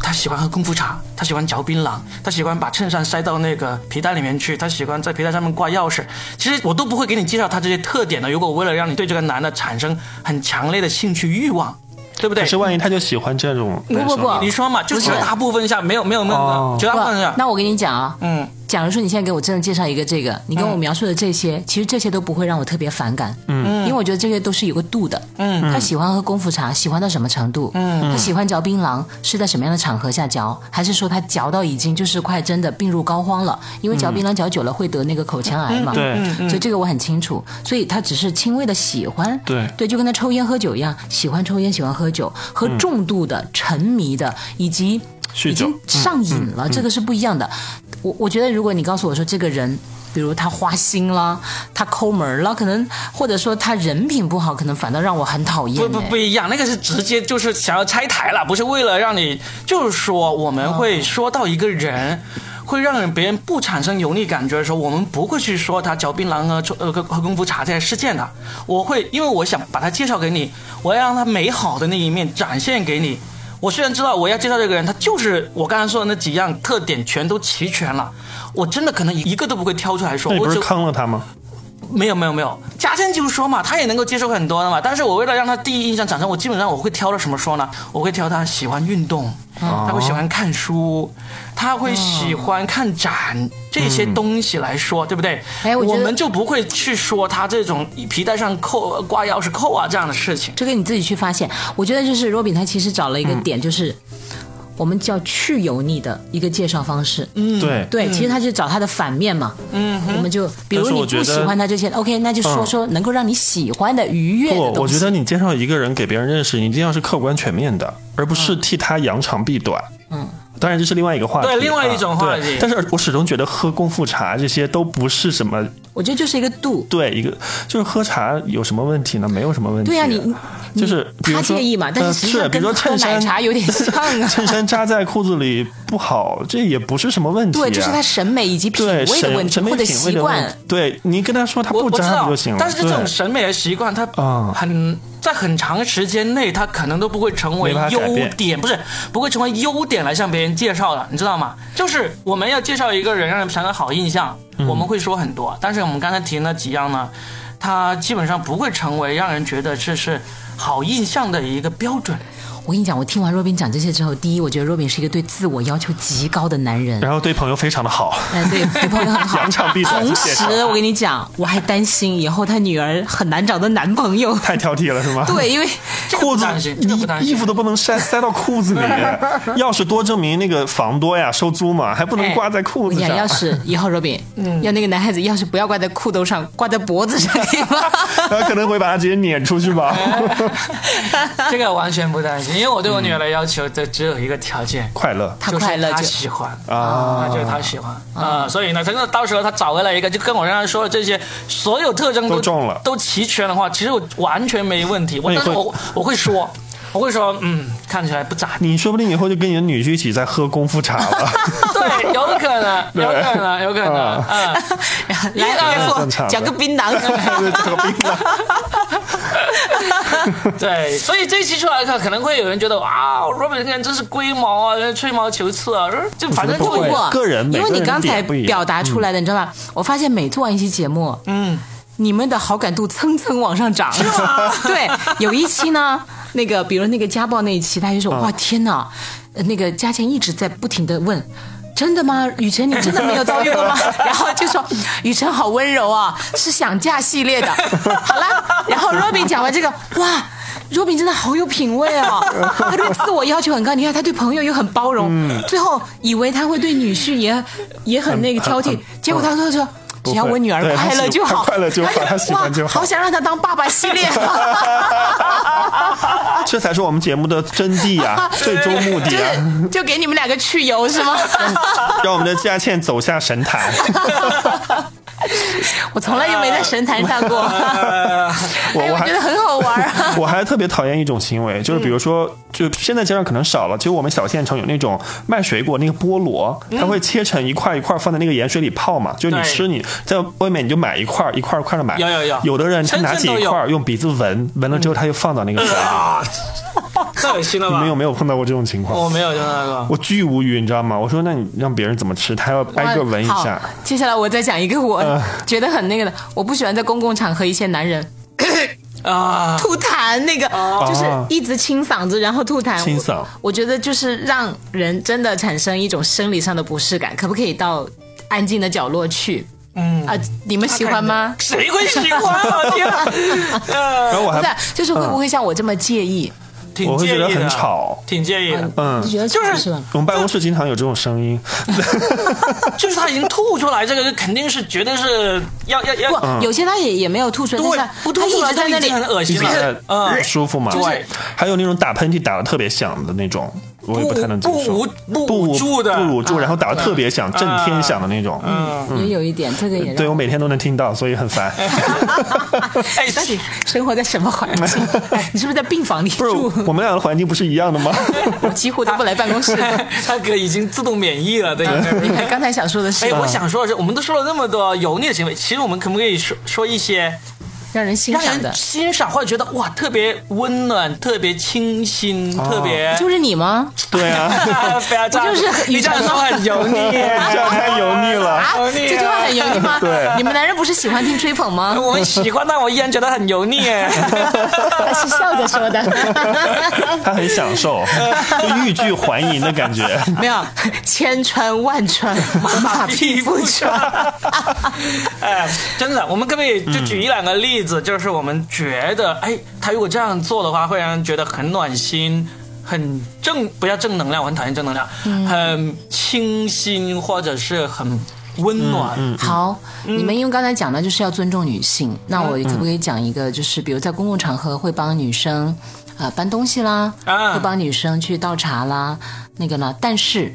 [SPEAKER 1] 他喜欢喝功夫茶，他喜欢嚼槟榔，他喜欢把衬衫塞到那个皮带里面去，他喜欢在皮带上面挂钥匙。其实我都不会给你介绍他这些特点的。如果为了让你对这个男的产生很强烈的兴趣欲望，对不对
[SPEAKER 3] 可？是万一他就喜欢这种男生
[SPEAKER 2] 不
[SPEAKER 3] 呢，
[SPEAKER 2] 不不
[SPEAKER 1] 你说嘛，就
[SPEAKER 2] 不是
[SPEAKER 1] 绝大部分下没有没有没有没有
[SPEAKER 3] 哦
[SPEAKER 1] 绝大部分
[SPEAKER 2] 不
[SPEAKER 1] 下，
[SPEAKER 2] 那我跟你讲啊，
[SPEAKER 1] 嗯，
[SPEAKER 2] 假如说你现在给我真的介绍一个这个，你跟我描述的这些，其实这些都不会让我特别反感，嗯，因为我觉得这些都是有个度的，嗯，他喜欢喝功夫茶，喜欢到什么程度，嗯，他喜欢嚼槟榔是在什么样的场合下嚼，还是说他嚼到已经就是快真的病入膏肓了，因为嚼槟榔嚼久了会得那个口腔癌嘛，
[SPEAKER 3] 对
[SPEAKER 2] 所以这个我很清楚，所以他只是轻微的喜欢，
[SPEAKER 3] 对
[SPEAKER 2] 对，就跟他抽烟喝酒一样，喜欢抽烟，喜欢喝酒，和
[SPEAKER 1] 嗯
[SPEAKER 2] 重度的、沉迷的以及
[SPEAKER 3] 酗
[SPEAKER 2] 已
[SPEAKER 3] 酒
[SPEAKER 2] 经
[SPEAKER 1] 嗯
[SPEAKER 2] 上瘾了，这个是不一样的。我我觉得，如果你告诉我说这个人，比如他花心啦，他抠门儿啦，可能或者说他人品不好，可能反倒让我很讨厌、
[SPEAKER 1] 不不
[SPEAKER 3] 嗯
[SPEAKER 1] 不
[SPEAKER 2] 哎
[SPEAKER 1] 一样，那个是直接就是想要拆台了，不是为了让你，就是说我们会说到一个人。
[SPEAKER 3] 嗯
[SPEAKER 1] 会让人别人不产生油腻感觉的时候，我们不会去说他嚼槟榔啊、抽呃喝喝功夫茶这些事件的。我会，因为我想把他介绍给你，我要让他美好的那一面展现给你。我虽然知道我要介绍这个人，他就是我刚才说的那几样特点全都齐全了，我真的可能一个都不会挑出来说。
[SPEAKER 3] 那你
[SPEAKER 1] 我
[SPEAKER 3] 不
[SPEAKER 1] 只
[SPEAKER 3] 是坑了他吗？
[SPEAKER 1] 没有没有没有，嘉欣就是说嘛，他也能够接受很多的嘛。但是我为了让他第一印象产生，我基本上我会挑了什么说呢？我会挑他喜欢运动，
[SPEAKER 2] 哦
[SPEAKER 1] 他会喜欢看书，他会喜欢看展、这些东西来说，对不对？
[SPEAKER 2] 哎我觉
[SPEAKER 1] 我
[SPEAKER 2] 得
[SPEAKER 1] 们就不会去说他这种皮带上扣挂钥匙扣啊这样的事情。
[SPEAKER 2] 这个你自己去发现。我觉得就是若饼他其实找了一个
[SPEAKER 1] 嗯
[SPEAKER 2] 点，就是、我们叫去油腻的一个介绍方式。
[SPEAKER 1] 嗯
[SPEAKER 3] 对，
[SPEAKER 2] 嗯对，其实他是找他的反面嘛。嗯，我们就比如
[SPEAKER 3] 哎但是
[SPEAKER 2] 你
[SPEAKER 3] 我觉
[SPEAKER 2] 不
[SPEAKER 3] 得
[SPEAKER 2] 喜欢他这些，OK，那就说
[SPEAKER 3] 嗯
[SPEAKER 2] 说能够让你喜欢的愉悦的
[SPEAKER 3] 不，
[SPEAKER 2] 东西。
[SPEAKER 3] 我觉得你介绍一个人给别人认识，你一定要是客观全面的，而不是替他扬长避短。嗯，当然这是另外一个话题，
[SPEAKER 1] 对另外一种话
[SPEAKER 3] 啊
[SPEAKER 1] 题
[SPEAKER 3] 对但是我始终觉得喝功夫茶这些都不是什么
[SPEAKER 2] 我觉得就是一个度。
[SPEAKER 3] 对一个，就是喝茶有什么问题呢？没有什么问题。啊
[SPEAKER 2] 对呀、你你
[SPEAKER 3] 就是
[SPEAKER 2] 你
[SPEAKER 3] 比如
[SPEAKER 2] 他
[SPEAKER 3] 说
[SPEAKER 2] 介意嘛，但
[SPEAKER 3] 呃
[SPEAKER 2] 是实际上
[SPEAKER 3] 比
[SPEAKER 2] 跟
[SPEAKER 3] 如说
[SPEAKER 2] 喝
[SPEAKER 3] 衬
[SPEAKER 2] 奶
[SPEAKER 3] 衫
[SPEAKER 2] 茶有点像啊。
[SPEAKER 3] 衬衫扎在裤子里不好，这也不是什么问题、啊。
[SPEAKER 2] 对，就是他审美以及品
[SPEAKER 3] 对
[SPEAKER 2] 味的
[SPEAKER 3] 审
[SPEAKER 2] 问题
[SPEAKER 3] 审美
[SPEAKER 2] 或者
[SPEAKER 3] 品味
[SPEAKER 2] 习
[SPEAKER 3] 的问
[SPEAKER 2] 惯
[SPEAKER 3] 题。。对你跟他说他
[SPEAKER 1] 我
[SPEAKER 3] 不
[SPEAKER 1] 我知
[SPEAKER 3] 扎
[SPEAKER 1] 道
[SPEAKER 3] 不就行，了？
[SPEAKER 1] 但是这
[SPEAKER 3] 对
[SPEAKER 1] 种审美的习惯，它
[SPEAKER 3] 啊
[SPEAKER 1] 很、在很长时间内，它可能都不会成为
[SPEAKER 3] 没办法改
[SPEAKER 1] 优
[SPEAKER 3] 变
[SPEAKER 1] 点，不是不会成为优点来向别人介绍的，你知道吗？就是我们要介绍一个人，让人产生好印象，
[SPEAKER 3] 嗯
[SPEAKER 1] 我们会说很多，但是我们刚才提那几样呢，它基本上不会成为让人觉得这是好印象的一个标 准。
[SPEAKER 2] 我跟你讲，我听完若冰讲这些之后，第一，我觉得若冰是一个对自我要求极高的男人。
[SPEAKER 3] 然后对朋友非常的好。
[SPEAKER 2] 哎，对，对朋友很好。
[SPEAKER 3] 扬长避短
[SPEAKER 2] 同
[SPEAKER 3] 谢谢
[SPEAKER 2] 时，我跟你讲，我还担心以后他女儿很难找到男朋 友。
[SPEAKER 3] 太挑剔了是吗？
[SPEAKER 2] 对，因为
[SPEAKER 1] 这个
[SPEAKER 3] 裤
[SPEAKER 1] 不
[SPEAKER 3] 子
[SPEAKER 1] 担心，这个不担
[SPEAKER 3] 衣
[SPEAKER 1] 心
[SPEAKER 3] 衣。服都不 能塞塞到裤子里，钥匙多证明那个房多呀，收租
[SPEAKER 1] 哎
[SPEAKER 3] 嘛，还不能挂在裤
[SPEAKER 2] 哎我跟
[SPEAKER 3] 子
[SPEAKER 2] 你讲，
[SPEAKER 3] 上。嗯
[SPEAKER 2] 要 是以后若冰，要那个男孩子要是不要挂在裤兜上，挂在脖子上可以吗？
[SPEAKER 3] 然后可能会把它直接撵出去吧。
[SPEAKER 1] 哎这个完全不担心，因为我对我女儿的要求，这只有一个条件，
[SPEAKER 3] 快乐
[SPEAKER 2] 他
[SPEAKER 1] 就是
[SPEAKER 2] 快乐
[SPEAKER 1] 她
[SPEAKER 2] 就
[SPEAKER 1] 喜欢
[SPEAKER 3] 啊
[SPEAKER 1] 啊，就是他喜欢啊、所以呢，真的到时候他找回来一个，就跟我刚才说的这些所有特征都
[SPEAKER 3] 都中了哎
[SPEAKER 1] 都齐全的话，其实我完全没问题。我
[SPEAKER 3] 那你
[SPEAKER 1] 但是
[SPEAKER 3] 会
[SPEAKER 1] 我我会说，我会说，嗯，看起来不咋地。
[SPEAKER 3] 你说不定以后就跟你的女婿一起在喝功夫茶了。
[SPEAKER 1] 对，有可能，
[SPEAKER 3] 对
[SPEAKER 1] 有
[SPEAKER 3] 啊
[SPEAKER 1] 可能，有可能，嗯，
[SPEAKER 2] 来，岳
[SPEAKER 3] 这很正常
[SPEAKER 2] 父，嚼
[SPEAKER 3] 的
[SPEAKER 2] 个槟榔。
[SPEAKER 3] 这个病了，
[SPEAKER 1] 对，所以这一期出来看，可能会有人觉得哇，Robin 这个人真是龟毛啊，吹毛求疵啊，就反正
[SPEAKER 3] 不
[SPEAKER 1] 就
[SPEAKER 3] 会
[SPEAKER 2] 过，
[SPEAKER 3] 个人每
[SPEAKER 2] 因为
[SPEAKER 3] 个
[SPEAKER 2] 你
[SPEAKER 3] 人
[SPEAKER 2] 刚才
[SPEAKER 3] 点不一样嗯
[SPEAKER 2] 表达出来的，你知道吧？我发现每做完一期节目，嗯，你们的好感度蹭蹭往上涨，是吗？ 对，有一期呢，那个比如那个家暴那一期，大家就说哇天哪，呃那个嘉倩一直在不停的问。真的吗？雨辰，你真的没有遭遇 过吗？然后就说雨辰好温柔啊，是想嫁系列 的。好了，然后 Robin 讲完这个，哇，Robin 真的好有品味哦，他对自我要求很高，你看他对朋友又很包容，最后以为他会对女婿也也嗯很那个挑剔，结果他说说。
[SPEAKER 3] 不
[SPEAKER 2] 只
[SPEAKER 3] 会
[SPEAKER 2] 要我女儿
[SPEAKER 3] 对
[SPEAKER 2] 快乐就好，
[SPEAKER 3] 她喜欢她快乐就好
[SPEAKER 2] 他
[SPEAKER 3] 她喜欢就
[SPEAKER 2] 哇
[SPEAKER 3] 好
[SPEAKER 2] 好想让她当爸爸系 列，
[SPEAKER 3] 这才是我们节目的真谛呀，最终目
[SPEAKER 2] 就
[SPEAKER 3] 的啊，
[SPEAKER 2] 是就给你们两个去油是 吗？
[SPEAKER 3] 让我们的佳倩走下神 坛。
[SPEAKER 2] 我从来就没在神坛上过，
[SPEAKER 3] 我
[SPEAKER 2] 哎
[SPEAKER 3] 我
[SPEAKER 2] 我
[SPEAKER 3] 还
[SPEAKER 2] 觉得很好玩 啊。
[SPEAKER 3] 我还特别讨厌一种行为，就是比如说，就现在街上可能少了，其实我们小县城有那种卖水果那个菠萝，它会切成一块一块放在那个盐水里泡嘛，就是你
[SPEAKER 1] 对
[SPEAKER 3] 吃你在外面你就买一块一块一块的买，
[SPEAKER 1] 有有有
[SPEAKER 3] 的人他拿
[SPEAKER 1] 深
[SPEAKER 3] 起
[SPEAKER 1] 圳都
[SPEAKER 3] 一
[SPEAKER 1] 有
[SPEAKER 3] 块用鼻子闻，闻了之后他又放到那个水里，
[SPEAKER 1] 太恶心了
[SPEAKER 3] 你
[SPEAKER 1] 吧？
[SPEAKER 3] 们有，没有碰到过这种情
[SPEAKER 1] 我
[SPEAKER 3] 况？
[SPEAKER 1] 没有真的过。
[SPEAKER 3] 我巨无语，你知道吗？我说那你让别人怎么吃？他要挨个闻一
[SPEAKER 2] 好
[SPEAKER 3] 下，呃
[SPEAKER 2] 接下来我再讲一个我觉得很那个的，我不喜欢在公共场合一些男人
[SPEAKER 1] 啊，
[SPEAKER 2] 吐痰，那个就是一直清嗓子，然后吐痰。
[SPEAKER 3] 哦清嗓
[SPEAKER 2] 我，我觉得就是让人真的产生一种生理上的不适感，可不可以到？安静的角落去。嗯啊，你们喜欢吗？
[SPEAKER 1] 谁会喜欢啊？天啊，
[SPEAKER 3] 然
[SPEAKER 1] 呃，
[SPEAKER 3] 后我
[SPEAKER 2] 不是
[SPEAKER 3] 还，
[SPEAKER 2] 就是会不会像我这么介意？
[SPEAKER 1] 挺
[SPEAKER 3] 我会
[SPEAKER 1] 介
[SPEAKER 3] 觉
[SPEAKER 1] 意
[SPEAKER 3] 得
[SPEAKER 1] 的，
[SPEAKER 3] 很吵
[SPEAKER 1] 挺介意的。
[SPEAKER 3] 嗯
[SPEAKER 2] 就觉得
[SPEAKER 1] 就是
[SPEAKER 2] 是吧？
[SPEAKER 3] 我们办公室经常有这种 声音，
[SPEAKER 1] 就是他已经吐出来，这个肯定是绝对是要要要
[SPEAKER 2] 不，
[SPEAKER 3] 嗯
[SPEAKER 2] 有些他也也没有吐出来，
[SPEAKER 1] 对
[SPEAKER 2] 但是，
[SPEAKER 1] 不
[SPEAKER 2] 他
[SPEAKER 1] 吐出
[SPEAKER 2] 一
[SPEAKER 1] 来
[SPEAKER 2] 直在
[SPEAKER 1] 他
[SPEAKER 2] 那
[SPEAKER 1] 已
[SPEAKER 2] 里
[SPEAKER 1] 经很恶
[SPEAKER 3] 一
[SPEAKER 1] 心
[SPEAKER 3] 直在
[SPEAKER 1] 了。嗯，
[SPEAKER 3] 不呃舒服嘛。
[SPEAKER 1] 对
[SPEAKER 3] 还有那种打喷嚏打的特别响的那种，我也不太能接受。
[SPEAKER 1] 不无不
[SPEAKER 3] 不
[SPEAKER 1] 无助的
[SPEAKER 3] 不捂住，然后打的特别响，震天响的那种。
[SPEAKER 1] 嗯
[SPEAKER 3] 嗯
[SPEAKER 2] 也有一点，这个也
[SPEAKER 3] 对
[SPEAKER 2] 让
[SPEAKER 3] 我每天都能听到，所以很烦。
[SPEAKER 2] 哎
[SPEAKER 1] 哎，
[SPEAKER 2] 到底生活在什么环境？哎你是不是在病房里
[SPEAKER 3] 不是
[SPEAKER 2] 住？
[SPEAKER 3] 我们俩的环境不是一样的吗？
[SPEAKER 2] 我几乎都不来办 公室。 嗯
[SPEAKER 1] 他哥已经自动免疫了，对。
[SPEAKER 3] 嗯
[SPEAKER 2] 你看刚才想说的是
[SPEAKER 1] 哎，，我想说的是，我们都说了那么多油腻的行为，其实我们可不可以说说一些
[SPEAKER 2] 让人欣
[SPEAKER 1] 让
[SPEAKER 2] 赏的
[SPEAKER 1] 人，欣赏或者觉得哇特别温暖、特别清新、
[SPEAKER 3] 哦
[SPEAKER 1] 特别
[SPEAKER 2] 就是你吗？
[SPEAKER 3] 对啊，
[SPEAKER 1] 不要这样，
[SPEAKER 2] 不就是很
[SPEAKER 1] 你这样说很油腻，
[SPEAKER 3] 这样太油腻了。
[SPEAKER 2] 啊，
[SPEAKER 1] 油腻啊
[SPEAKER 2] 这句话很油腻吗？
[SPEAKER 3] 对
[SPEAKER 2] 你们男人不是喜欢听吹捧 吗？
[SPEAKER 1] 我们喜欢，但我依然觉得很油腻。
[SPEAKER 2] 他是笑着说的，
[SPEAKER 3] 他很享受，就欲拒还迎的感觉。
[SPEAKER 2] 没有千穿万穿， 马屁不穿。
[SPEAKER 1] 哎，真的，我们可不可以就举一两个例子，就是我们觉得，哎，他如果这样做的话，会让人觉得很暖心。很正，不要正能量，我很讨厌正能量，很清新或者是很温暖。
[SPEAKER 2] 好，你们因为刚才讲的就是要尊重女性，那我可不可以讲一个，就是比如在公共场合会帮女生啊、呃搬东西啦，
[SPEAKER 1] 啊
[SPEAKER 2] 会帮女生去倒茶啦，那个呢？但是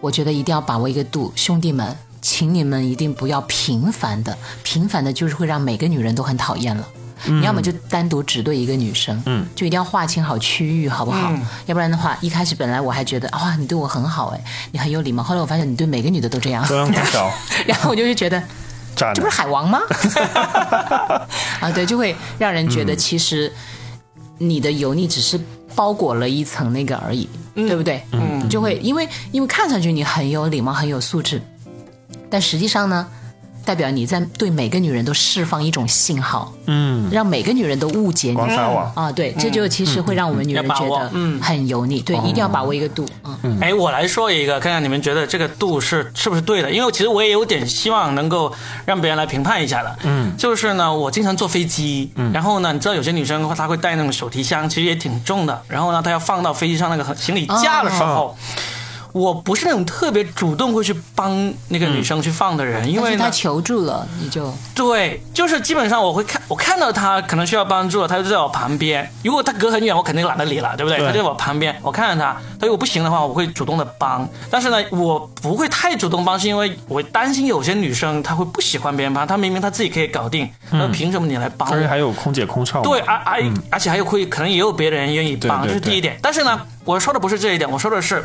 [SPEAKER 2] 我觉得一定要把握一个度，兄弟们。请你们一定不要频繁的，频繁的就是会让每个女人都很讨厌了。你要么就单独只对一个女生，嗯，就一定要划清好区域，好不好？要不然的话，一开始本来我还觉得哇，你对我很好哎，你很有礼貌，后来我发现你对每个女的都这样，
[SPEAKER 3] 中央空调，
[SPEAKER 2] 然后我就是觉得
[SPEAKER 3] 渣
[SPEAKER 2] 这不
[SPEAKER 3] 男
[SPEAKER 2] 是海 王吗？啊，对，就会让人觉
[SPEAKER 1] 嗯
[SPEAKER 2] 得其实你的油腻只是包裹了一层那个而已，对不对？嗯，就会因为因为看上去你很有礼貌，很有素质，但实际上呢，代表你在对每个女人都释放一种信号，
[SPEAKER 3] 嗯，
[SPEAKER 2] 让每个女人都误解你
[SPEAKER 3] 广撒网。
[SPEAKER 2] 啊，对，这
[SPEAKER 1] 嗯
[SPEAKER 2] 就其实会让我们女人
[SPEAKER 1] 要把
[SPEAKER 2] 觉
[SPEAKER 1] 握嗯
[SPEAKER 2] 得很油腻，
[SPEAKER 1] 哦
[SPEAKER 2] 对，一定要把握一个度啊。嗯
[SPEAKER 1] 哎，我来说一个，看看你们觉得这个度是是不是对的？因为其实我也有点希望能够让别人来评判一下的。嗯，就是呢，我经常坐飞机，然后呢，你知道有些女生她会带那种手提箱，其实也挺重的，然后呢，她要放到飞机上那个行李架的时候。我不是那种特别主动会去帮那个女生去放的人，因
[SPEAKER 2] 但
[SPEAKER 1] 为
[SPEAKER 2] 是
[SPEAKER 1] 呢
[SPEAKER 2] 他，求助了，你就
[SPEAKER 1] 对，就是基本上我会看，我看到他可能需要帮助了，他就在我旁边。如果他隔很远，我肯定懒得理了，对不对？
[SPEAKER 3] 对
[SPEAKER 1] 他就在我旁边，我看着他，他如果不行的话，我会主动的帮。但是呢，我不会太主动帮，是因为我担心有些女生她会不喜欢别人帮，她明明她自己可以搞定，那、凭什么你来帮
[SPEAKER 3] 而且
[SPEAKER 1] 我？
[SPEAKER 3] 嗯还有空姐空少嘛，
[SPEAKER 1] 嗯对，而而、而且还有会可能也有别人愿意帮，
[SPEAKER 3] 对对
[SPEAKER 1] 这是第一点。但是呢，我说的不是这一点，我说的是，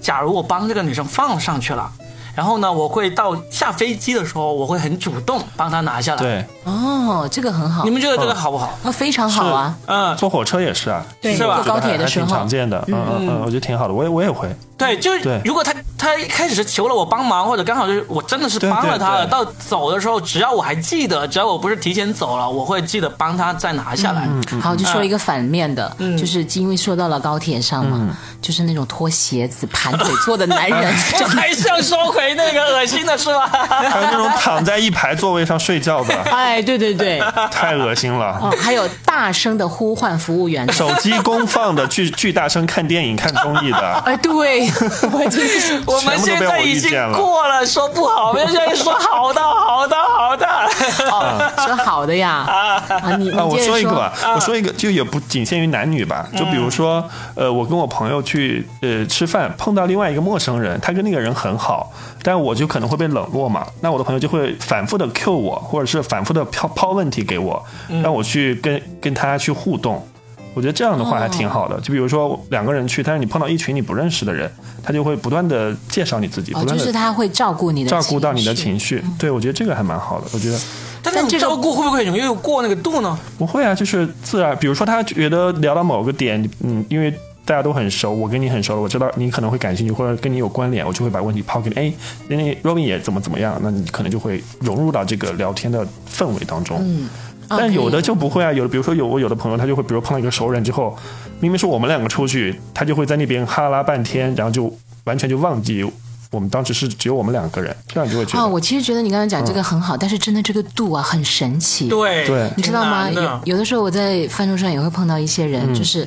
[SPEAKER 1] 假如我帮这个女生放上去了。然后呢，我会到下飞机的时候，我会很主动帮她拿下来。
[SPEAKER 3] 对，
[SPEAKER 2] 哦，这个很好
[SPEAKER 1] 你，们觉得这个好不好？
[SPEAKER 2] 啊，非常好啊。
[SPEAKER 1] 嗯，
[SPEAKER 3] 坐火车也是啊，
[SPEAKER 2] 对
[SPEAKER 1] 是吧
[SPEAKER 3] 我觉得
[SPEAKER 2] 坐高铁的
[SPEAKER 3] 还
[SPEAKER 2] 时候
[SPEAKER 3] 还挺常见的，嗯嗯嗯，我觉得挺好的，我也我也会，
[SPEAKER 1] 对，就是
[SPEAKER 3] 对
[SPEAKER 1] 如果他他一开始是求了我帮忙，或者刚好就是我真的是帮了他了，
[SPEAKER 3] 对对对
[SPEAKER 1] 到走的时候，只要我还记得，只要我不是提前走了，我会记得帮他再拿下
[SPEAKER 3] 嗯
[SPEAKER 1] 来。
[SPEAKER 2] 好，就说一个反面的，就是因为说到了高铁上嘛，
[SPEAKER 3] 嗯
[SPEAKER 2] 就是那种脱鞋子、盘腿坐的男 人，
[SPEAKER 1] 这还是要说回那个恶心的是吧？
[SPEAKER 3] 还有那种躺在一排座位上睡觉的，
[SPEAKER 2] 哎，对对 对，哦，
[SPEAKER 3] 太恶心了。
[SPEAKER 2] 还有大声的呼唤服务员，
[SPEAKER 3] 手机公放的，巨巨大声看电影、看综艺的，
[SPEAKER 2] 哎，对，我真是。
[SPEAKER 1] 我们现在已经过了说不好，我们现在说好的，好的，好的。
[SPEAKER 2] 哦，说好的呀，啊，你你
[SPEAKER 3] 啊，我
[SPEAKER 2] 接着嗯
[SPEAKER 3] 说一个吧，我说一个，就也不仅限于男女吧，就比如说，呃，我跟我朋友去呃吃饭，碰到另外一个陌生人，他跟那个人很好，但我就可能会被冷落嘛，那我的朋友就会反复的 Q 我，或者是反复的抛抛问题给我，
[SPEAKER 2] 嗯
[SPEAKER 3] 让我去跟跟他去互动。我觉得这样的话还
[SPEAKER 2] 哦
[SPEAKER 3] 挺好的，就比如说两个人去，但是你碰到一群你不认识的人，他就会不断的介绍你自己，不
[SPEAKER 2] 哦，
[SPEAKER 3] 断
[SPEAKER 2] 就是
[SPEAKER 3] 的
[SPEAKER 2] 他会照顾你的
[SPEAKER 3] 照顾到你的
[SPEAKER 2] 绪嗯
[SPEAKER 3] 情绪。对，我觉得这个还蛮好的。我觉得
[SPEAKER 1] 但那
[SPEAKER 2] 但这
[SPEAKER 1] 种
[SPEAKER 2] 个
[SPEAKER 1] 照顾会不会容易过那个度呢？
[SPEAKER 3] 不会啊，就是自然。比如说，他觉得聊到某个点，嗯，因为大家都很熟，我跟你很熟了，我知道你可能会感兴趣或者跟你有关联，我就会把问题抛给你。哎，那那 Robin 也怎么怎么样，那你可能就会融入到这个聊天的氛围当中。嗯，
[SPEAKER 2] 啊
[SPEAKER 3] 但有
[SPEAKER 2] 可以
[SPEAKER 3] 的就不会啊，有的比如说有我有的朋友，他就会比如碰到一个熟人之后，明明是我们两个出去，他就会在那边哈拉半天，然后就完全就忘记。我们当时是只有我们两个人，这样你就会觉
[SPEAKER 2] 啊、
[SPEAKER 3] 得、
[SPEAKER 2] 我其实觉得你刚才讲
[SPEAKER 3] 嗯
[SPEAKER 2] 这个很好，但是真的这个度啊很神奇。
[SPEAKER 1] 对
[SPEAKER 3] 对
[SPEAKER 2] 你知道吗？
[SPEAKER 1] 挺难
[SPEAKER 2] 有
[SPEAKER 1] 的
[SPEAKER 2] 有的时候我在饭桌上也会碰到一些
[SPEAKER 3] 嗯
[SPEAKER 2] 人，就是。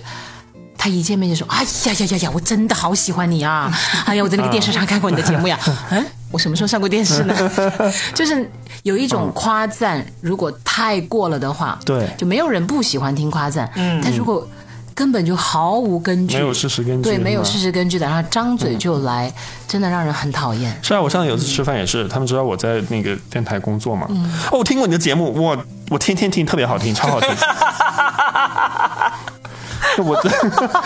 [SPEAKER 2] 他一见面就说：“哎呀呀呀呀，我真的好喜欢你 啊！哎呀，我在那个电视上看过你的节目呀。
[SPEAKER 3] 啊
[SPEAKER 2] 嗯，我什么时候上过电视呢？ 就是有一种夸赞，如果太过了的话，
[SPEAKER 3] 对
[SPEAKER 2] 就没有人不喜欢听夸赞。嗯，但如果根本就毫无根据，
[SPEAKER 3] 没有事实根据
[SPEAKER 2] 对，没有
[SPEAKER 3] 是吧嗯
[SPEAKER 2] 事实根据的，然后张嘴就来，真的让人很讨厌。
[SPEAKER 3] 是啊，我上次有一次吃饭也是，
[SPEAKER 1] 嗯
[SPEAKER 3] 他们知道我在那个电台工作嘛。哦，我听过你的节目，我我天天听，特别好听，超 好听。我真，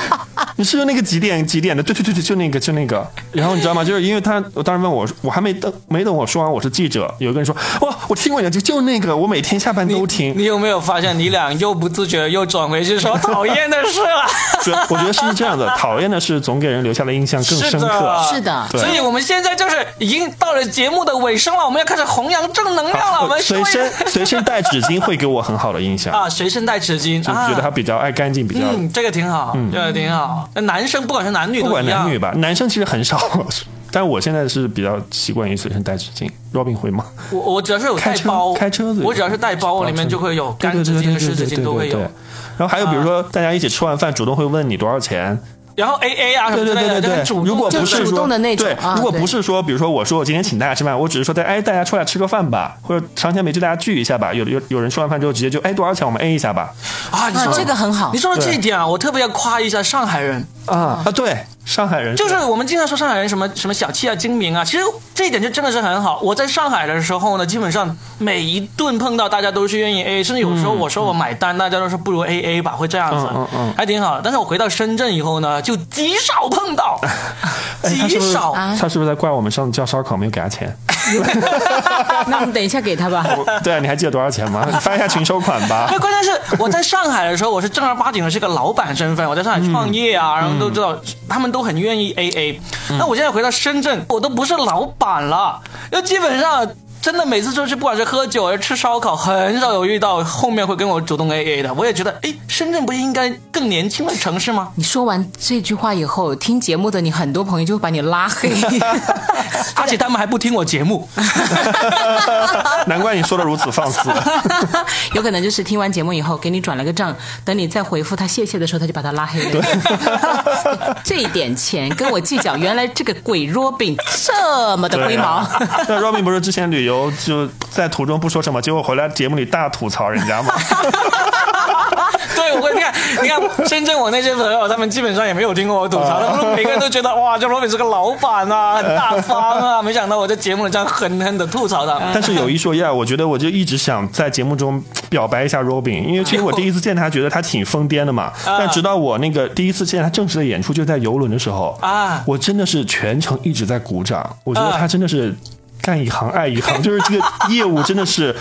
[SPEAKER 3] 你是用那个几点几点的？对对对对，就那个就那个。然后你知道吗？就是因为他，我当时问我，我还没等没等我说完，我是记者，有一个人说哇，我听过你的，就就那个，我每天下班都听。
[SPEAKER 1] 你有没有发现，你俩又不自觉又转回去说讨厌的事了？
[SPEAKER 3] 主要我觉得是这样 的，讨厌的是总给人留下的印象更
[SPEAKER 1] 是
[SPEAKER 3] 深
[SPEAKER 1] 的
[SPEAKER 3] 刻。
[SPEAKER 2] 是的，
[SPEAKER 3] 啊对
[SPEAKER 1] 所以我们现在就是已经到了节目的尾声了，我们要开始弘扬正能量了。我们说
[SPEAKER 3] 随
[SPEAKER 1] 一
[SPEAKER 3] 身随身带纸巾会给我很好的印象，
[SPEAKER 1] 啊，随身带纸巾
[SPEAKER 3] 就
[SPEAKER 1] 啊，
[SPEAKER 3] 觉得他比较爱干净，比较
[SPEAKER 1] 嗯，这个挺好，这个挺好。那男生不管是男女
[SPEAKER 3] 不
[SPEAKER 1] 都
[SPEAKER 3] 管
[SPEAKER 1] 一
[SPEAKER 3] 男
[SPEAKER 1] 样
[SPEAKER 3] 女，吧，男生其实很少， 但我现在是比较习惯于随身带纸巾。Robin 会吗？
[SPEAKER 1] 我我只要是有带
[SPEAKER 3] 开车
[SPEAKER 1] 包，
[SPEAKER 3] 开车子
[SPEAKER 1] 我只要是带包，我里面就会有 干纸巾、湿纸巾都会有啊
[SPEAKER 3] 对。然后还有比如说，大家一起吃完饭，主动会问你多少钱。
[SPEAKER 1] 然后 A A 啊什
[SPEAKER 3] 对
[SPEAKER 1] 么之类
[SPEAKER 3] 对对
[SPEAKER 1] 的，
[SPEAKER 3] 对
[SPEAKER 1] 就
[SPEAKER 3] 对
[SPEAKER 1] 很主。动
[SPEAKER 3] 如果
[SPEAKER 1] 就
[SPEAKER 3] 不
[SPEAKER 1] 是
[SPEAKER 3] 是
[SPEAKER 2] 主
[SPEAKER 3] 说
[SPEAKER 2] 动的那种
[SPEAKER 3] 对
[SPEAKER 2] 啊，
[SPEAKER 3] 如果
[SPEAKER 2] 对
[SPEAKER 3] 不是说，比如说我说我今天请大家吃饭，我只是说在哎大家出来吃个饭吧，或者长时间没聚大家聚一下吧。有有有人吃完饭之后直接就哎多少钱我们 A 一下吧。
[SPEAKER 1] 啊，你
[SPEAKER 2] 啊
[SPEAKER 1] 说到
[SPEAKER 2] 这个很好
[SPEAKER 1] 你说到这一点啊，我特别要夸一下上海人，
[SPEAKER 3] 啊啊对，上海人
[SPEAKER 1] 就是我们经常说上海人什么什么小气啊、精明啊，其实这一点就真的是很好。我在上海的时候呢，基本上每一顿碰到大家都是愿意哎 AA，甚至有时候我说我买单，大家都说不如 AA 吧，会这样子，
[SPEAKER 3] 嗯嗯嗯嗯
[SPEAKER 1] 还挺好。但是我回到深圳以后呢，就极少碰到，
[SPEAKER 3] 哎他
[SPEAKER 1] 极
[SPEAKER 3] 是不是
[SPEAKER 1] 少。
[SPEAKER 3] 他是不是在怪我们上次叫烧烤没有给他 钱？
[SPEAKER 2] 那我们等一下给他吧。
[SPEAKER 3] 我对啊，你还记得多少钱吗？你发一下群收款吧
[SPEAKER 1] 对，。关键是我在上海的时候，我是正儿八经的是个老板身份，我在上海创业啊，然后都知道他们都很愿意 AA。那我现在回到深圳，我都不是老板了，就基本上。真的每次出去，不管是喝酒还是吃烧烤，很少有遇到后面会跟我主动 A A 的。我也觉得，哎，深圳不是应该更年轻的城市吗？
[SPEAKER 2] 你说完这句话以后，听节目的你很多朋友就会把你拉 黑。
[SPEAKER 1] 而且他们还不听我节目，
[SPEAKER 3] 难怪你说的如此 放肆。
[SPEAKER 2] 有可能就是听完节目以后给你转了个账，等你再回复他谢谢的时候，他就把他拉黑了。这一点钱跟我计较，原来这个鬼弱饼这么的龟毛。
[SPEAKER 3] 那啊 Robin 不是之前旅游就在途中不说什么，结果回来节目里大吐槽人家吗？
[SPEAKER 1] 对，我会你看，你看深圳我那些朋友，他们基本上也没有听过我 吐槽，
[SPEAKER 3] 啊
[SPEAKER 1] 他们每个人都觉得哇，这罗比是个老板啊，很大方啊，没想到我在节目里这样狠狠的吐槽他。
[SPEAKER 3] 但是有一说一啊，我觉得我就一直想在节目中表白一下 Robin，因为其实我第一次见他，觉得他挺疯癫的嘛。
[SPEAKER 2] 啊
[SPEAKER 3] 但直到我那个第一次见他正式的演出，就在游轮的时候
[SPEAKER 1] 啊
[SPEAKER 3] 我真的是全程一直在鼓掌，我觉得
[SPEAKER 1] 啊
[SPEAKER 3] 他真的是。干一行爱一 行，就是这个业务真的是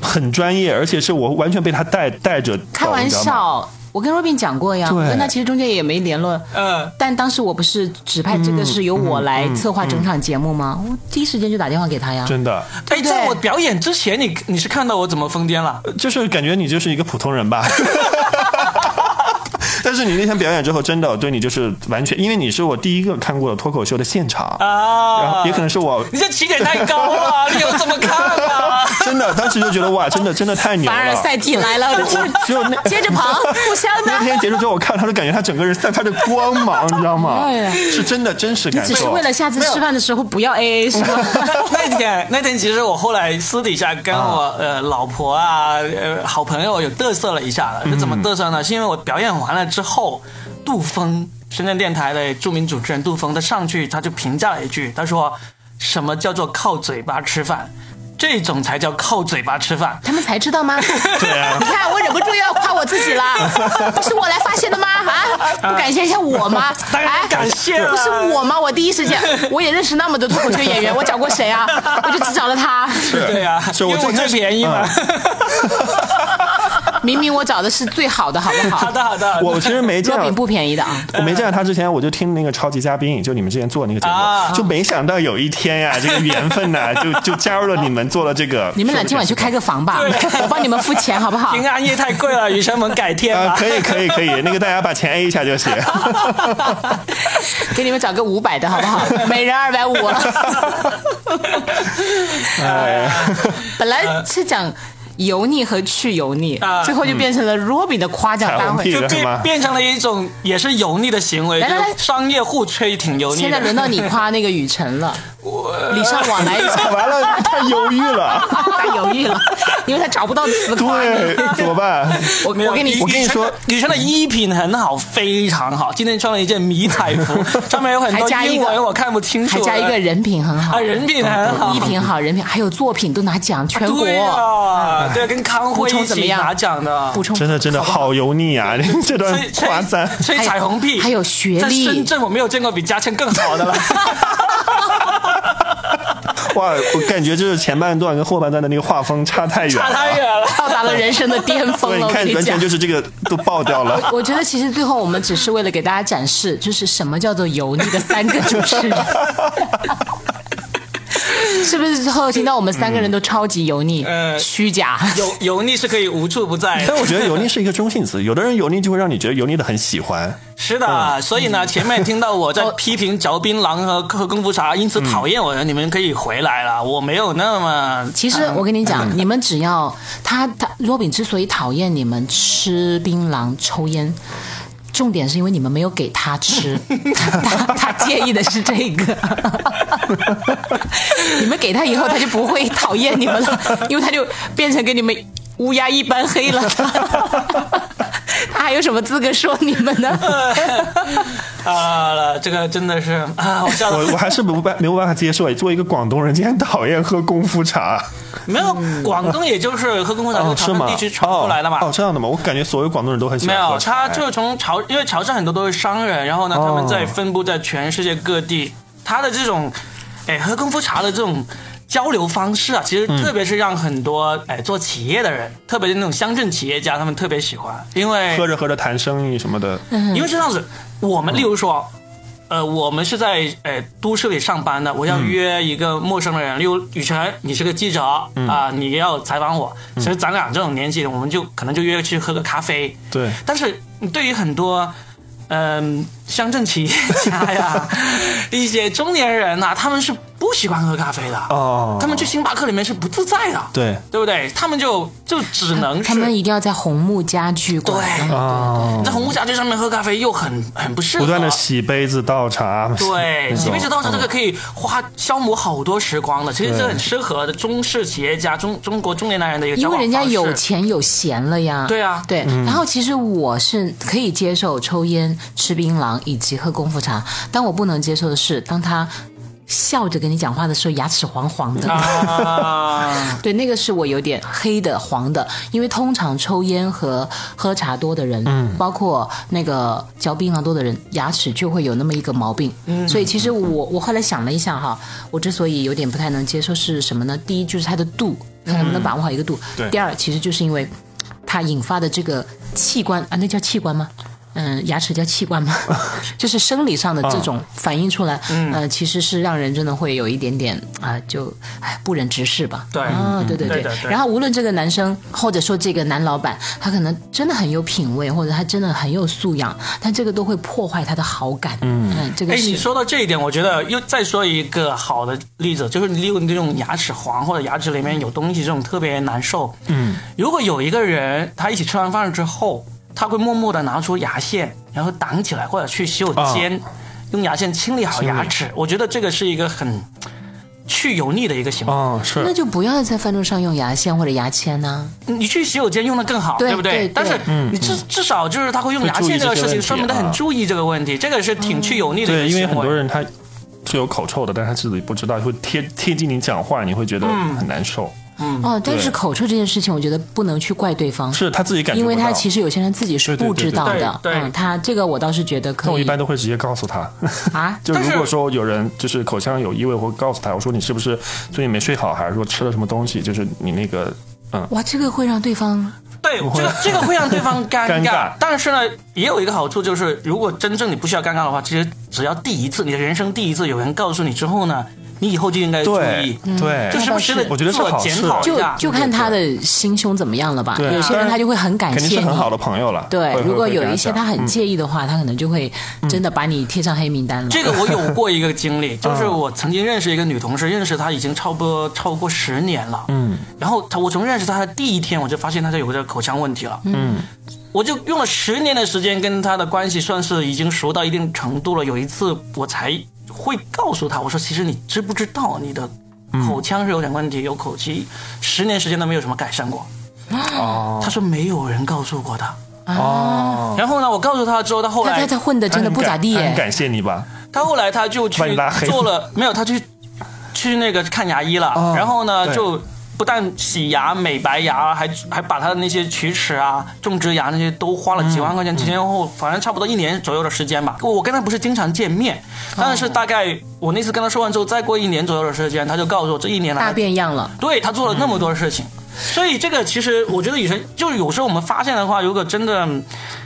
[SPEAKER 3] 很专业，而且是我完全被他带带着走。
[SPEAKER 2] 开玩
[SPEAKER 3] 你知道吗，
[SPEAKER 2] 笑，我跟 Robin 讲过呀，
[SPEAKER 3] 对
[SPEAKER 2] 我跟他其实中间也没联络。
[SPEAKER 1] 嗯
[SPEAKER 2] 但当时我不是指派这个是由我来策划整场节目吗？我第一时间就打电话给他呀。
[SPEAKER 3] 真的
[SPEAKER 1] 哎，
[SPEAKER 2] 对
[SPEAKER 1] 在我表演之前，你你是看到我怎么疯癫了？
[SPEAKER 3] 就是感觉你就是一个普通人吧。 但是你那天表演之后，真的对你就是完全，因为你是我第一个看过的脱口秀的现场然
[SPEAKER 1] 啊
[SPEAKER 3] 后，也可能是我
[SPEAKER 1] 你这起点太高了，你有这么看啊？
[SPEAKER 3] 真的当时就觉得哇，真的真的太牛
[SPEAKER 2] 凡尔
[SPEAKER 3] 了。
[SPEAKER 2] 赛体来了，我的天！
[SPEAKER 3] 只有那
[SPEAKER 2] 接着 跑，互相
[SPEAKER 3] 那
[SPEAKER 2] 的。
[SPEAKER 3] 天结束之后，我看他就感觉他整个人散发着光芒，你知道吗
[SPEAKER 2] 哎呀？
[SPEAKER 3] 是真的真实感受。
[SPEAKER 2] 只是为了下次吃饭的时候不要 AA 是吗？
[SPEAKER 1] 那天那天，其实我后来私底下跟
[SPEAKER 3] 啊
[SPEAKER 1] 我、呃老婆啊呃好朋友有嘚瑟了一下了，是
[SPEAKER 3] 嗯
[SPEAKER 1] 怎么嘚瑟呢？是因为我表演完了之后，杜峰深圳电台的著名主持人杜峰，他上去他就评价了一句，他说什么叫做靠嘴巴吃饭？这种才叫靠嘴巴吃饭。
[SPEAKER 2] 他们才知道吗？
[SPEAKER 3] 对啊
[SPEAKER 2] 你看我忍不住要夸我自己了，不是我来发现的吗？啊，不感谢一下我吗？
[SPEAKER 1] 当然
[SPEAKER 2] 哎
[SPEAKER 1] 感谢了
[SPEAKER 2] 不是我吗？我第一时间我也认识那么多脱口秀演员，我找过谁啊？啊我就只找了他。
[SPEAKER 1] 对呀、啊
[SPEAKER 3] 是我
[SPEAKER 1] 因为我
[SPEAKER 3] 最开
[SPEAKER 1] 最
[SPEAKER 3] 始
[SPEAKER 1] 便宜嘛。
[SPEAKER 2] 明明我找的是最好的，好不好？
[SPEAKER 1] 好的好的，
[SPEAKER 3] 嗯我其实没见
[SPEAKER 2] 若
[SPEAKER 3] 到
[SPEAKER 2] 饼不便宜的啊，
[SPEAKER 3] 我没见到他之前，我就听那个超级嘉宾，就你们之前做的那个节目，
[SPEAKER 1] 啊
[SPEAKER 3] 就没想到有一天呀、这个缘分呐、就就加入了你们，做了这个。
[SPEAKER 2] 你们俩今晚去开个房吧，
[SPEAKER 1] 对
[SPEAKER 2] 我帮你们付钱，好不 好？
[SPEAKER 1] 平安夜太贵了，雨神们改天
[SPEAKER 3] 啊、
[SPEAKER 1] 吧。
[SPEAKER 3] 可以可以可以，那个大家把钱 A 一下就行。
[SPEAKER 2] 给你们找个五百的好不好？每人二百 五。
[SPEAKER 1] 哎
[SPEAKER 2] 本来是讲油腻和去油腻
[SPEAKER 1] 啊，哎
[SPEAKER 2] 最后就变成了 Robin 的夸奖大
[SPEAKER 3] 彩虹屁
[SPEAKER 2] 会。
[SPEAKER 1] 就
[SPEAKER 3] 什么
[SPEAKER 1] 变变成了一种也是油腻的行为，
[SPEAKER 2] 来来来
[SPEAKER 1] 就是商业互吹挺油腻的。
[SPEAKER 2] 现在轮到你夸那个雨 辰了，礼尚往来，
[SPEAKER 3] 完了，太犹豫了，
[SPEAKER 2] 他犹豫了，因为他找不到 词夸你。
[SPEAKER 3] 对，怎么办？
[SPEAKER 2] 我
[SPEAKER 1] 没有
[SPEAKER 2] 我给你嗯
[SPEAKER 1] 雨
[SPEAKER 3] 我跟你说
[SPEAKER 1] 雨辰的衣品很好，非常好。今天穿了一件迷彩服， 上面有很
[SPEAKER 2] 还
[SPEAKER 1] 多
[SPEAKER 2] 加一
[SPEAKER 1] 英
[SPEAKER 2] 个
[SPEAKER 1] 文，我看不清楚。
[SPEAKER 2] 还加一个人品很好
[SPEAKER 1] 啊，，人品很好
[SPEAKER 2] 衣，品好，人品还有作品都拿奖，全国
[SPEAKER 1] 对啊，对，跟康
[SPEAKER 2] 补
[SPEAKER 1] 辉
[SPEAKER 2] 充
[SPEAKER 1] 一
[SPEAKER 2] 怎么
[SPEAKER 1] 起
[SPEAKER 2] 样
[SPEAKER 1] 拿奖的。
[SPEAKER 2] 补充
[SPEAKER 3] 真的真的好油腻啊！ 这段
[SPEAKER 1] 所以所以
[SPEAKER 3] 夸赞，
[SPEAKER 1] 所以彩虹屁，
[SPEAKER 2] 还有学
[SPEAKER 1] 在
[SPEAKER 2] 历
[SPEAKER 1] 深圳我没有见过比嘉倩更好的了。
[SPEAKER 3] 哇，我感觉就是前半段跟后半段的那个画风差太远 了，
[SPEAKER 1] 差太远了。
[SPEAKER 2] 到达了人生的巅峰
[SPEAKER 3] 对，
[SPEAKER 2] 了。
[SPEAKER 3] 你
[SPEAKER 2] 我跟
[SPEAKER 3] 看，
[SPEAKER 2] 你
[SPEAKER 3] 完
[SPEAKER 2] 讲
[SPEAKER 3] 全。就是这个都爆掉了。
[SPEAKER 2] 我觉得其实最后我们只是为了给大家展示， 就是什么叫做油腻的三个主持人。 是不是最后听到我们三个人都超级油腻、
[SPEAKER 1] 呃
[SPEAKER 2] 虚假？
[SPEAKER 1] 油油腻是可以无处不 在的
[SPEAKER 3] 但。我觉得油腻是一个中性词，有的人油腻就会让你觉得油腻的很喜欢。
[SPEAKER 1] 是
[SPEAKER 3] 嗯
[SPEAKER 1] 的，所以呢， 前面听到我
[SPEAKER 3] 哦
[SPEAKER 1] 在批评嚼槟榔和喝功夫茶，因此讨厌我的你们可以回来了，我没有那么
[SPEAKER 2] 其实我跟你讲，你们只要他他若饼之所以讨厌你们吃槟榔、抽烟。重点是因为你们没有给他吃，他他介意的是这个。你们给他以后，他就不会讨厌你们了，因为他就变成跟你们乌鸦一般黑了。他还有什么资格说你们呢？
[SPEAKER 1] 啊，这个真的是 啊，我笑
[SPEAKER 3] 我
[SPEAKER 1] 了。
[SPEAKER 3] 我还是没办没有办法接受，作为一个广东人，竟然讨厌喝功夫茶。
[SPEAKER 1] 没有，广东也就是喝功夫茶
[SPEAKER 3] 嗯哦，
[SPEAKER 1] 从
[SPEAKER 3] 是
[SPEAKER 1] 潮
[SPEAKER 3] 吗？
[SPEAKER 1] 汕地区传过来的嘛。
[SPEAKER 3] 哦，哦这哦样的吗？我感觉所有广东人都很喜
[SPEAKER 1] 没
[SPEAKER 3] 欢喝
[SPEAKER 1] 有，
[SPEAKER 3] 茶。哎
[SPEAKER 1] 他就是从潮，因为潮汕很多都是商人，然后呢，
[SPEAKER 3] 哦
[SPEAKER 1] 他们在分布在全世界各地，他的这种，哎，喝功夫茶的这种。交流方式啊，其实
[SPEAKER 3] 嗯
[SPEAKER 1] 特别是让很多哎做企业的人，特别是那种乡镇企业家，他们特别喜欢，因为
[SPEAKER 3] 喝着喝着谈生意什么的，
[SPEAKER 2] 嗯
[SPEAKER 1] 因为这样子，我
[SPEAKER 3] 嗯
[SPEAKER 1] 们例如说，呃，我们是在呃都市里上班的，我
[SPEAKER 3] 嗯
[SPEAKER 1] 要约一个陌生的人，例如雨辰，你是个记者啊、
[SPEAKER 3] 嗯
[SPEAKER 1] 你要采访我，其实咱俩这种年纪的，我们就可能就约去喝个咖啡。
[SPEAKER 3] 对，
[SPEAKER 1] 但是对于很多。嗯，乡镇企业家 呀，一些中年人呐、他们是不喜欢喝咖啡的，
[SPEAKER 3] 哦
[SPEAKER 1] 他们去星巴克里面是不自在的，
[SPEAKER 3] 对
[SPEAKER 1] 对不对？他们就就只能是
[SPEAKER 2] 他们一定要在红木家具
[SPEAKER 1] 对
[SPEAKER 2] 馆。，
[SPEAKER 3] 啊，
[SPEAKER 1] 在红木家具上面喝咖啡又很很不适合，
[SPEAKER 3] 不断的洗杯子倒茶。
[SPEAKER 1] 对，
[SPEAKER 3] 那种
[SPEAKER 1] 洗杯子倒茶
[SPEAKER 2] 嗯
[SPEAKER 1] 这个可以花消磨好多时光的，其实这很适合中式企业家、中中国中年男人的一个
[SPEAKER 2] 因
[SPEAKER 1] 交
[SPEAKER 2] 为
[SPEAKER 1] 往
[SPEAKER 2] 人家
[SPEAKER 1] 方式
[SPEAKER 2] 有钱有闲了呀。
[SPEAKER 1] 对啊
[SPEAKER 2] 对。然后其实我是可以接受抽烟、吃槟榔以及喝功夫茶，但我不能接受的是，当他笑着跟你讲话的时候，牙齿黄黄的。
[SPEAKER 1] 啊，
[SPEAKER 2] 对，那个是我有点黑的、黄的，因为通常抽烟和喝茶多的人，包括那个嚼槟榔多的人，牙齿就会有那么一个毛病。所以其实我我后来想了一下哈，我之所以有点不太能接受是什么呢？第一就是它的度，看能不能把握好一个度；
[SPEAKER 3] 对
[SPEAKER 2] 第二，其实就是因为它引发的这个器官啊，那叫器官吗？嗯，牙齿叫器官吗？就是生理上的这种反映出来，嗯、呃，其实是让人真的会有一点点啊、就哎不忍直视吧。
[SPEAKER 1] 对
[SPEAKER 2] 啊，
[SPEAKER 3] 嗯
[SPEAKER 2] 对对
[SPEAKER 1] 对
[SPEAKER 2] 对
[SPEAKER 1] 的对。的
[SPEAKER 2] 然后无论这个男生或者说这个男老板，他可能真的很有品味，或者他真的很有素养，但这个都会破坏他的好感。嗯， 这个
[SPEAKER 1] 哎，你
[SPEAKER 2] 是。
[SPEAKER 1] 说到这一点，我觉得又再说一个好的例子，就是例如你这种牙齿黄或者牙齿里面有东西这种特别难受，嗯，如果有一个人他一起吃完饭之后，他会默默的拿出牙线，然后挡起来或者去洗手间，
[SPEAKER 2] 啊
[SPEAKER 1] 用牙线清理好牙齿，我觉得这个是一个很去油腻的一个行为。
[SPEAKER 3] 哦，
[SPEAKER 2] 那
[SPEAKER 3] 是
[SPEAKER 2] 就不要在饭桌上用牙线或者牙签呢、
[SPEAKER 1] 你去洗手间用的更好，
[SPEAKER 2] 对
[SPEAKER 1] 不
[SPEAKER 2] 对对嗯
[SPEAKER 1] 但是你至至少就是他会用牙线这个事
[SPEAKER 3] 嗯会注意这些问
[SPEAKER 1] 情，
[SPEAKER 3] 题
[SPEAKER 1] 说明他很
[SPEAKER 3] 啊
[SPEAKER 1] 注意这个问题，这个是挺去油腻的一
[SPEAKER 2] 嗯
[SPEAKER 3] 对，
[SPEAKER 1] 个
[SPEAKER 3] 因
[SPEAKER 1] 行为。
[SPEAKER 3] 为很多人他是有口臭的，但是他自己不知道，会贴贴近你讲话，你会觉得
[SPEAKER 1] 嗯
[SPEAKER 3] 很难受。
[SPEAKER 2] 哦，但是
[SPEAKER 3] 嗯对
[SPEAKER 2] 口臭这件事情，我觉得不能去怪对方，
[SPEAKER 3] 是他自己感觉
[SPEAKER 2] 因
[SPEAKER 3] 不到，
[SPEAKER 2] 为他其实有些人自己是
[SPEAKER 3] 对对
[SPEAKER 2] 不
[SPEAKER 3] 对
[SPEAKER 2] 知
[SPEAKER 3] 对
[SPEAKER 2] 道的。
[SPEAKER 1] 对对
[SPEAKER 2] 嗯，他这个我倒是觉得
[SPEAKER 3] 但
[SPEAKER 2] 可
[SPEAKER 3] 我一
[SPEAKER 2] 以
[SPEAKER 3] 般都会直接告诉他。
[SPEAKER 2] 啊。
[SPEAKER 3] 就
[SPEAKER 1] 但是
[SPEAKER 3] 如果说有人就是口腔有异味，我会告诉他，我说你是不是最近没睡好，还是说吃了什么东西？就是你那个，嗯，
[SPEAKER 2] 哇，这个会让对方
[SPEAKER 1] 对，
[SPEAKER 3] 不
[SPEAKER 1] 这
[SPEAKER 3] 会
[SPEAKER 1] 个这个会让对方尴
[SPEAKER 3] 尴尬
[SPEAKER 1] 但是呢，也有一个好处就是，如果真正你不需要尴尬的话，其实只要第一次，你的人生第一次有人告诉你之后呢，你以后就应该注
[SPEAKER 3] 对
[SPEAKER 1] 意，
[SPEAKER 3] 对，
[SPEAKER 1] 就时不时的
[SPEAKER 3] 我觉得是
[SPEAKER 1] 自我
[SPEAKER 3] 好
[SPEAKER 1] 检
[SPEAKER 3] 事，
[SPEAKER 1] 讨
[SPEAKER 2] 嗯就
[SPEAKER 1] 对啊
[SPEAKER 2] 就看他的心胸怎么样了吧。
[SPEAKER 3] 对啊
[SPEAKER 2] 有些人他就会很感
[SPEAKER 3] 肯定
[SPEAKER 2] 谢
[SPEAKER 3] 是
[SPEAKER 2] 你
[SPEAKER 3] 很。好的朋友了。
[SPEAKER 2] 对
[SPEAKER 3] 会，
[SPEAKER 2] 如果有一些他。很
[SPEAKER 3] 会会跟他讲嗯嗯
[SPEAKER 2] 介意的话，他可能就会真的把你贴上黑名单了。
[SPEAKER 1] 这个我有过一个经历，就是我曾经认识一个女同事，认识她已经超过超过十年了。嗯，然后她我从认识她的第一天，我就发现她就有这个口腔问题了。嗯，我就用了十年的时间跟她的关系算是已经熟到一定程度了。有一次我才会告诉她，我说其实你知不知道你的口腔是有点问题，有口疾，十年时间都没有什么改善过。
[SPEAKER 3] 哦
[SPEAKER 1] 她说没有人告诉过她。
[SPEAKER 3] 哦，
[SPEAKER 1] 然后呢，我告诉她之后，她后
[SPEAKER 2] 他
[SPEAKER 1] 来
[SPEAKER 2] 他他混的真的不咋地
[SPEAKER 3] 他很
[SPEAKER 2] 耶。
[SPEAKER 3] 感谢你吧，
[SPEAKER 1] 他后来他就去
[SPEAKER 3] 把你拉黑了
[SPEAKER 1] 做了，没有，他去去那个看牙医了。
[SPEAKER 3] 哦
[SPEAKER 1] 然后呢，
[SPEAKER 3] 对
[SPEAKER 1] 就不但洗牙、美白牙，还还把他的那些龋齿啊、种植牙那些都花了几万块
[SPEAKER 3] 嗯
[SPEAKER 1] 钱，前前后后反正差不多一年左右的时间吧。我跟他不是经常见面，但
[SPEAKER 3] 哦
[SPEAKER 1] 是大概我那次跟他说完之后，再过一年左右的时间，他就告诉我这一年来
[SPEAKER 2] 大变样了，
[SPEAKER 1] 对他做了那么多事情，所以这个其实我觉得雨辰就是有时候我们发现的话，如果真的嗯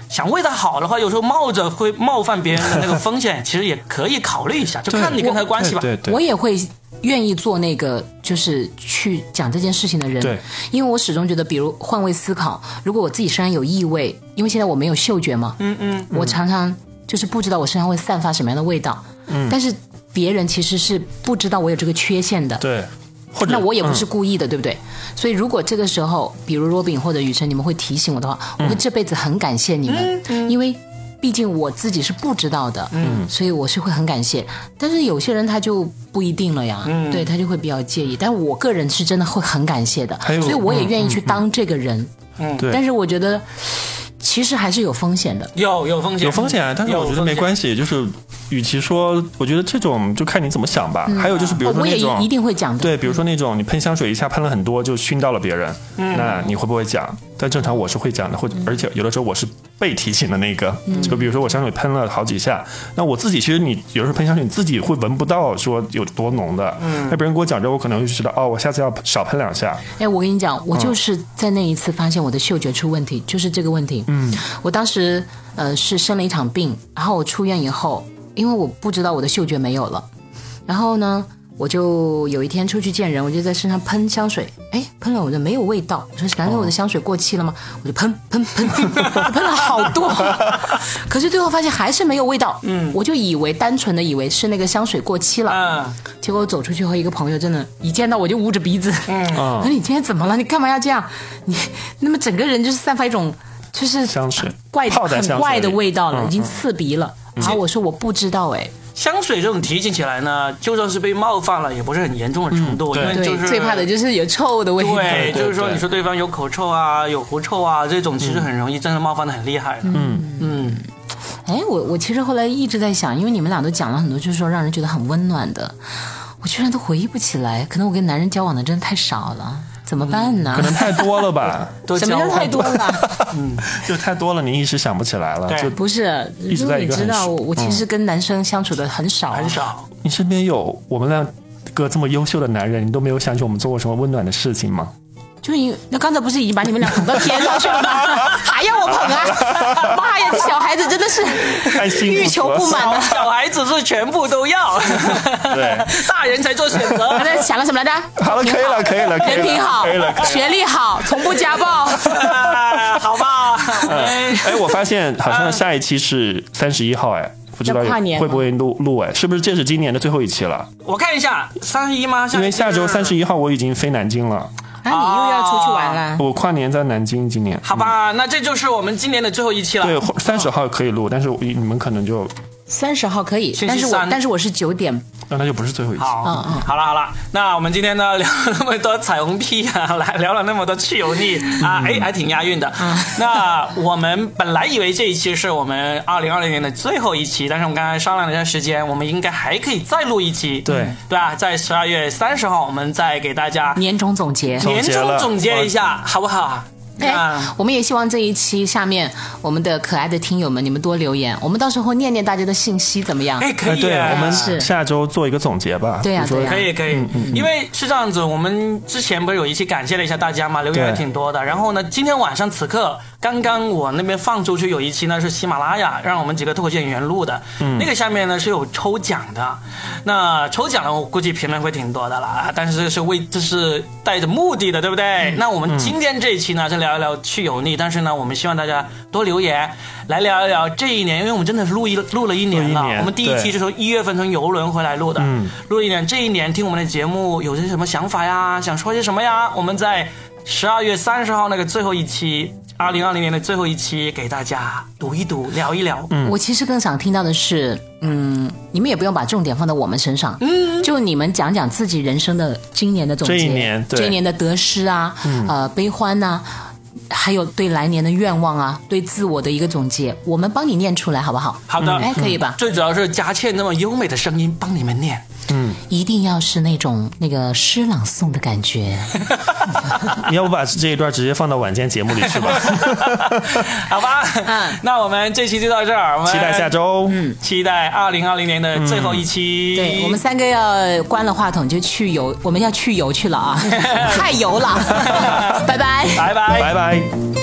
[SPEAKER 1] 想为他好的话，有时候冒着会冒犯别人的那个风险，其实也可以考虑一下，就看你跟他的关系吧。
[SPEAKER 3] 对对
[SPEAKER 2] 我也会愿意做那个就是去讲这件事情的人
[SPEAKER 3] 对，
[SPEAKER 2] 因为我始终觉得，比如换位思考，如果我自己身上有异味，因为现在我没有嗅觉嘛，
[SPEAKER 1] 嗯嗯，
[SPEAKER 2] 我常常就是不知道我身上会散发什么样的味道，
[SPEAKER 3] 嗯
[SPEAKER 2] 但是别人其实是不知道我有这个缺陷的，
[SPEAKER 3] 对，或者嗯
[SPEAKER 2] 那我也不是故意的，对不对？所以如果这个时候，比如若饼或者雨辰，你们会提醒我的话，
[SPEAKER 3] 嗯
[SPEAKER 2] 我会这辈子很感谢你们，因为。毕竟我自己是不知道的，嗯，所以我是会很感谢。但是有些人他就不一定了呀，嗯、对他就会比较介意。但我个人是真的会很感谢的，
[SPEAKER 3] 还有嗯
[SPEAKER 2] 所以我也愿意去当这个人。
[SPEAKER 1] 嗯
[SPEAKER 3] 对
[SPEAKER 2] 但是我觉得其实还是有风险的。
[SPEAKER 1] 有有风险，
[SPEAKER 3] 有风险啊，但是我觉得没关系。就是，与其说，我觉得这种就看你怎么想吧。还有就是，比如
[SPEAKER 2] 嗯
[SPEAKER 3] 说
[SPEAKER 2] 哦我也
[SPEAKER 3] 那
[SPEAKER 2] 一
[SPEAKER 3] 种
[SPEAKER 2] 一，定会讲的。
[SPEAKER 3] 对，比如说那种你喷香水一下喷了很多，就熏到了别人，
[SPEAKER 2] 嗯
[SPEAKER 3] 那你会不会讲？但正常我是会讲的，或者而且有的时候我是被提醒的那个。
[SPEAKER 2] 嗯
[SPEAKER 3] 就比如说我香水喷了好几下，那我自己其实你有时候喷香水你自己会闻不到说有多浓的，
[SPEAKER 2] 嗯
[SPEAKER 3] 那别人给我讲之后，我可能会知道哦，我下次要 少喷两下。
[SPEAKER 2] 哎，我跟你讲，我就是在那一次发现我的嗅觉出问题，就是这个问题。嗯，我当时呃是生了一场病，然后我出院以后，因为我不知道我的嗅觉没有了，然后呢，我就有一天出去见人，我就在身上喷香水，哎，喷了我就没有味道，我说难道我的香水过期了吗？我就喷喷喷，我喷了好 多，可是最后发现还是没有味道。嗯，我就以为单纯的以为是那个香水过期了。
[SPEAKER 1] 嗯，
[SPEAKER 2] 结果我走出去和一个朋友，真的，一见到我就捂着鼻子。嗯，
[SPEAKER 3] 啊
[SPEAKER 2] 我说你今天怎么了？你干嘛要这样？你那么整个人就是散发一种就是
[SPEAKER 3] 香水
[SPEAKER 2] 怪
[SPEAKER 3] 泡在香水
[SPEAKER 2] 很
[SPEAKER 3] 里
[SPEAKER 2] 怪的味道
[SPEAKER 3] 嗯
[SPEAKER 2] 了，已经刺鼻了。然后我说我不知道哎，
[SPEAKER 1] 香水这种提醒起来呢，就算是被冒犯了，也不是很严重的程度，
[SPEAKER 3] 嗯对
[SPEAKER 1] 因为就是
[SPEAKER 2] 最怕的就是有臭的味道。
[SPEAKER 1] 对，就是说
[SPEAKER 3] 对
[SPEAKER 1] 你说对方有口臭啊，有狐臭啊，这种其实很容易真的冒犯的很厉害的。嗯嗯，
[SPEAKER 2] 哎，我我其实后来一直在想，因为你们俩都讲了很多，就是说让人觉得很温暖的，我居然都回忆不起来。可能我跟男人交往的真的太少了，怎么办呢
[SPEAKER 3] 可？能太多 了吧，
[SPEAKER 1] 都
[SPEAKER 2] 什么
[SPEAKER 1] 交
[SPEAKER 2] 叫
[SPEAKER 1] 往
[SPEAKER 2] 太多 了？
[SPEAKER 3] 就太多了，你一时想不起来了。
[SPEAKER 1] 对
[SPEAKER 3] 就
[SPEAKER 2] 不是，
[SPEAKER 3] 一直
[SPEAKER 2] 因
[SPEAKER 3] 在
[SPEAKER 2] 为
[SPEAKER 3] 一
[SPEAKER 2] 你
[SPEAKER 3] 个
[SPEAKER 2] 知
[SPEAKER 3] 很
[SPEAKER 2] 道，
[SPEAKER 3] 熟
[SPEAKER 2] 我
[SPEAKER 3] 嗯
[SPEAKER 2] 我其实跟男生相处的很少啊，
[SPEAKER 1] 很少。
[SPEAKER 3] 你身边有我们两个这么优秀的男人，你都没有想起我们做过什么温暖的事情吗？
[SPEAKER 2] 就因那刚才不是已经把你们俩捧到天上去 了吗？还要我捧啊！妈呀，这小孩子真的是
[SPEAKER 3] 太幸福了
[SPEAKER 2] 欲求不满 啊！
[SPEAKER 1] 小孩子是全部都要，
[SPEAKER 3] 对，
[SPEAKER 1] 大人才做选
[SPEAKER 2] 我
[SPEAKER 1] 择。
[SPEAKER 2] 在想了什么来着？
[SPEAKER 3] 好了，可以了，可以了，可以
[SPEAKER 2] 人
[SPEAKER 3] 了，
[SPEAKER 2] 品好
[SPEAKER 3] 可以了，可以了。
[SPEAKER 2] 学历好，从不家 暴。
[SPEAKER 1] 啊好吧，
[SPEAKER 2] 嗯
[SPEAKER 1] 哎
[SPEAKER 3] 哎，我发现好像下一期是三十一号，哎，不知道
[SPEAKER 2] 要跨年吗
[SPEAKER 3] 会不会录录，哎，是不是这是今年的最后一期了？
[SPEAKER 1] 我看一下三十一吗？
[SPEAKER 3] 因为下周三十一号我已经飞南京了，
[SPEAKER 2] 啊，你又要出去玩啦？
[SPEAKER 3] 我跨年在南京，今年。嗯
[SPEAKER 1] 好吧，那这就是我们今年的最后一期了。
[SPEAKER 3] 对，三十号可以录，但是我你们可能就，
[SPEAKER 2] 三十号可以，
[SPEAKER 1] 星期
[SPEAKER 2] 但是我
[SPEAKER 1] 三
[SPEAKER 2] 但是我是九点，
[SPEAKER 3] 那那就不是最后一期。
[SPEAKER 1] 好，
[SPEAKER 2] 嗯嗯
[SPEAKER 1] 好了好了，那我们今天呢聊了那么多 彩虹屁啊，来聊了那么多去油腻
[SPEAKER 3] 嗯
[SPEAKER 1] 啊，哎，还挺押韵的。那我们本来以为这一期是我们二零二零年的最后一期，但是我们刚才商量了一下时间，我们应该还可以再录一期，
[SPEAKER 3] 对
[SPEAKER 1] 对吧？在十二月三十号，我们再给大家
[SPEAKER 2] 年终总结。
[SPEAKER 3] 总
[SPEAKER 1] 年
[SPEAKER 3] 结了
[SPEAKER 1] 终总结一下，好不好？
[SPEAKER 2] 哎
[SPEAKER 1] 啊，
[SPEAKER 2] 我们也希望这一期下面我们的可爱的听友们，你们多留言，我们到时候念念大家的信息，怎么样？
[SPEAKER 1] 哎，可
[SPEAKER 3] 哎
[SPEAKER 1] 以，
[SPEAKER 3] 对我们
[SPEAKER 2] 是
[SPEAKER 3] 下周做一个总结吧。
[SPEAKER 2] 对呀
[SPEAKER 3] 比如说
[SPEAKER 2] 对呀
[SPEAKER 1] 可以可
[SPEAKER 3] 嗯
[SPEAKER 1] 以，因为是这样子，我们之前不是有一期感谢了一下大家嘛，留言也
[SPEAKER 3] 对
[SPEAKER 1] 挺多的。然后呢，今天晚上此刻，刚刚我那边放出去有一期呢是喜马拉雅让我们几个脱口秀演员录的，
[SPEAKER 3] 嗯
[SPEAKER 1] 那个下面呢是有抽奖的。那抽奖呢，我估计评论会挺多的了啊，但是是为这是带着目的的，对不对？
[SPEAKER 3] 嗯
[SPEAKER 1] 那我们今天这一期呢是聊一聊去油腻，但是呢，我们希望大家多留言来聊一聊这一年，因为我们真的是录一录了一年了，
[SPEAKER 3] 录一年
[SPEAKER 1] 我们第一期
[SPEAKER 3] 对
[SPEAKER 1] 是从一月份从游轮回来录的，
[SPEAKER 3] 嗯
[SPEAKER 1] 录了一年。这一年听我们的节目有些什么想法呀？想说些什么呀？我们在十二月三十号那个最后一期，二零二零年的最后一期给大家读一读，聊一聊。嗯，
[SPEAKER 2] 我其实更想听到的是，嗯，你们也不用把重点放到我们身上，嗯，就你们讲讲自己人生的今年的总结，
[SPEAKER 3] 这一年对
[SPEAKER 2] 这一年的得失啊，呃，悲欢呐、还有对来年的愿望啊，对自我的一个总结，我们帮你念出来好不好？
[SPEAKER 1] 好的，嗯
[SPEAKER 2] 哎，可以吧？
[SPEAKER 1] 最主要是佳倩那么优美的声音帮你们 念。
[SPEAKER 2] 一定要是那种那个诗朗诵的感觉。
[SPEAKER 3] 你要不把这一段直接放到晚间节目里去 吧？
[SPEAKER 1] 好吧，
[SPEAKER 2] 嗯
[SPEAKER 1] 那我们这期就到这儿，我们
[SPEAKER 3] 期待下，周。嗯，
[SPEAKER 1] 期待二零二零年的最后一期。
[SPEAKER 2] 嗯对我们三个要关了话筒就去游，我们要去游去了啊，太游了，拜拜。
[SPEAKER 1] 拜拜。
[SPEAKER 3] 拜拜。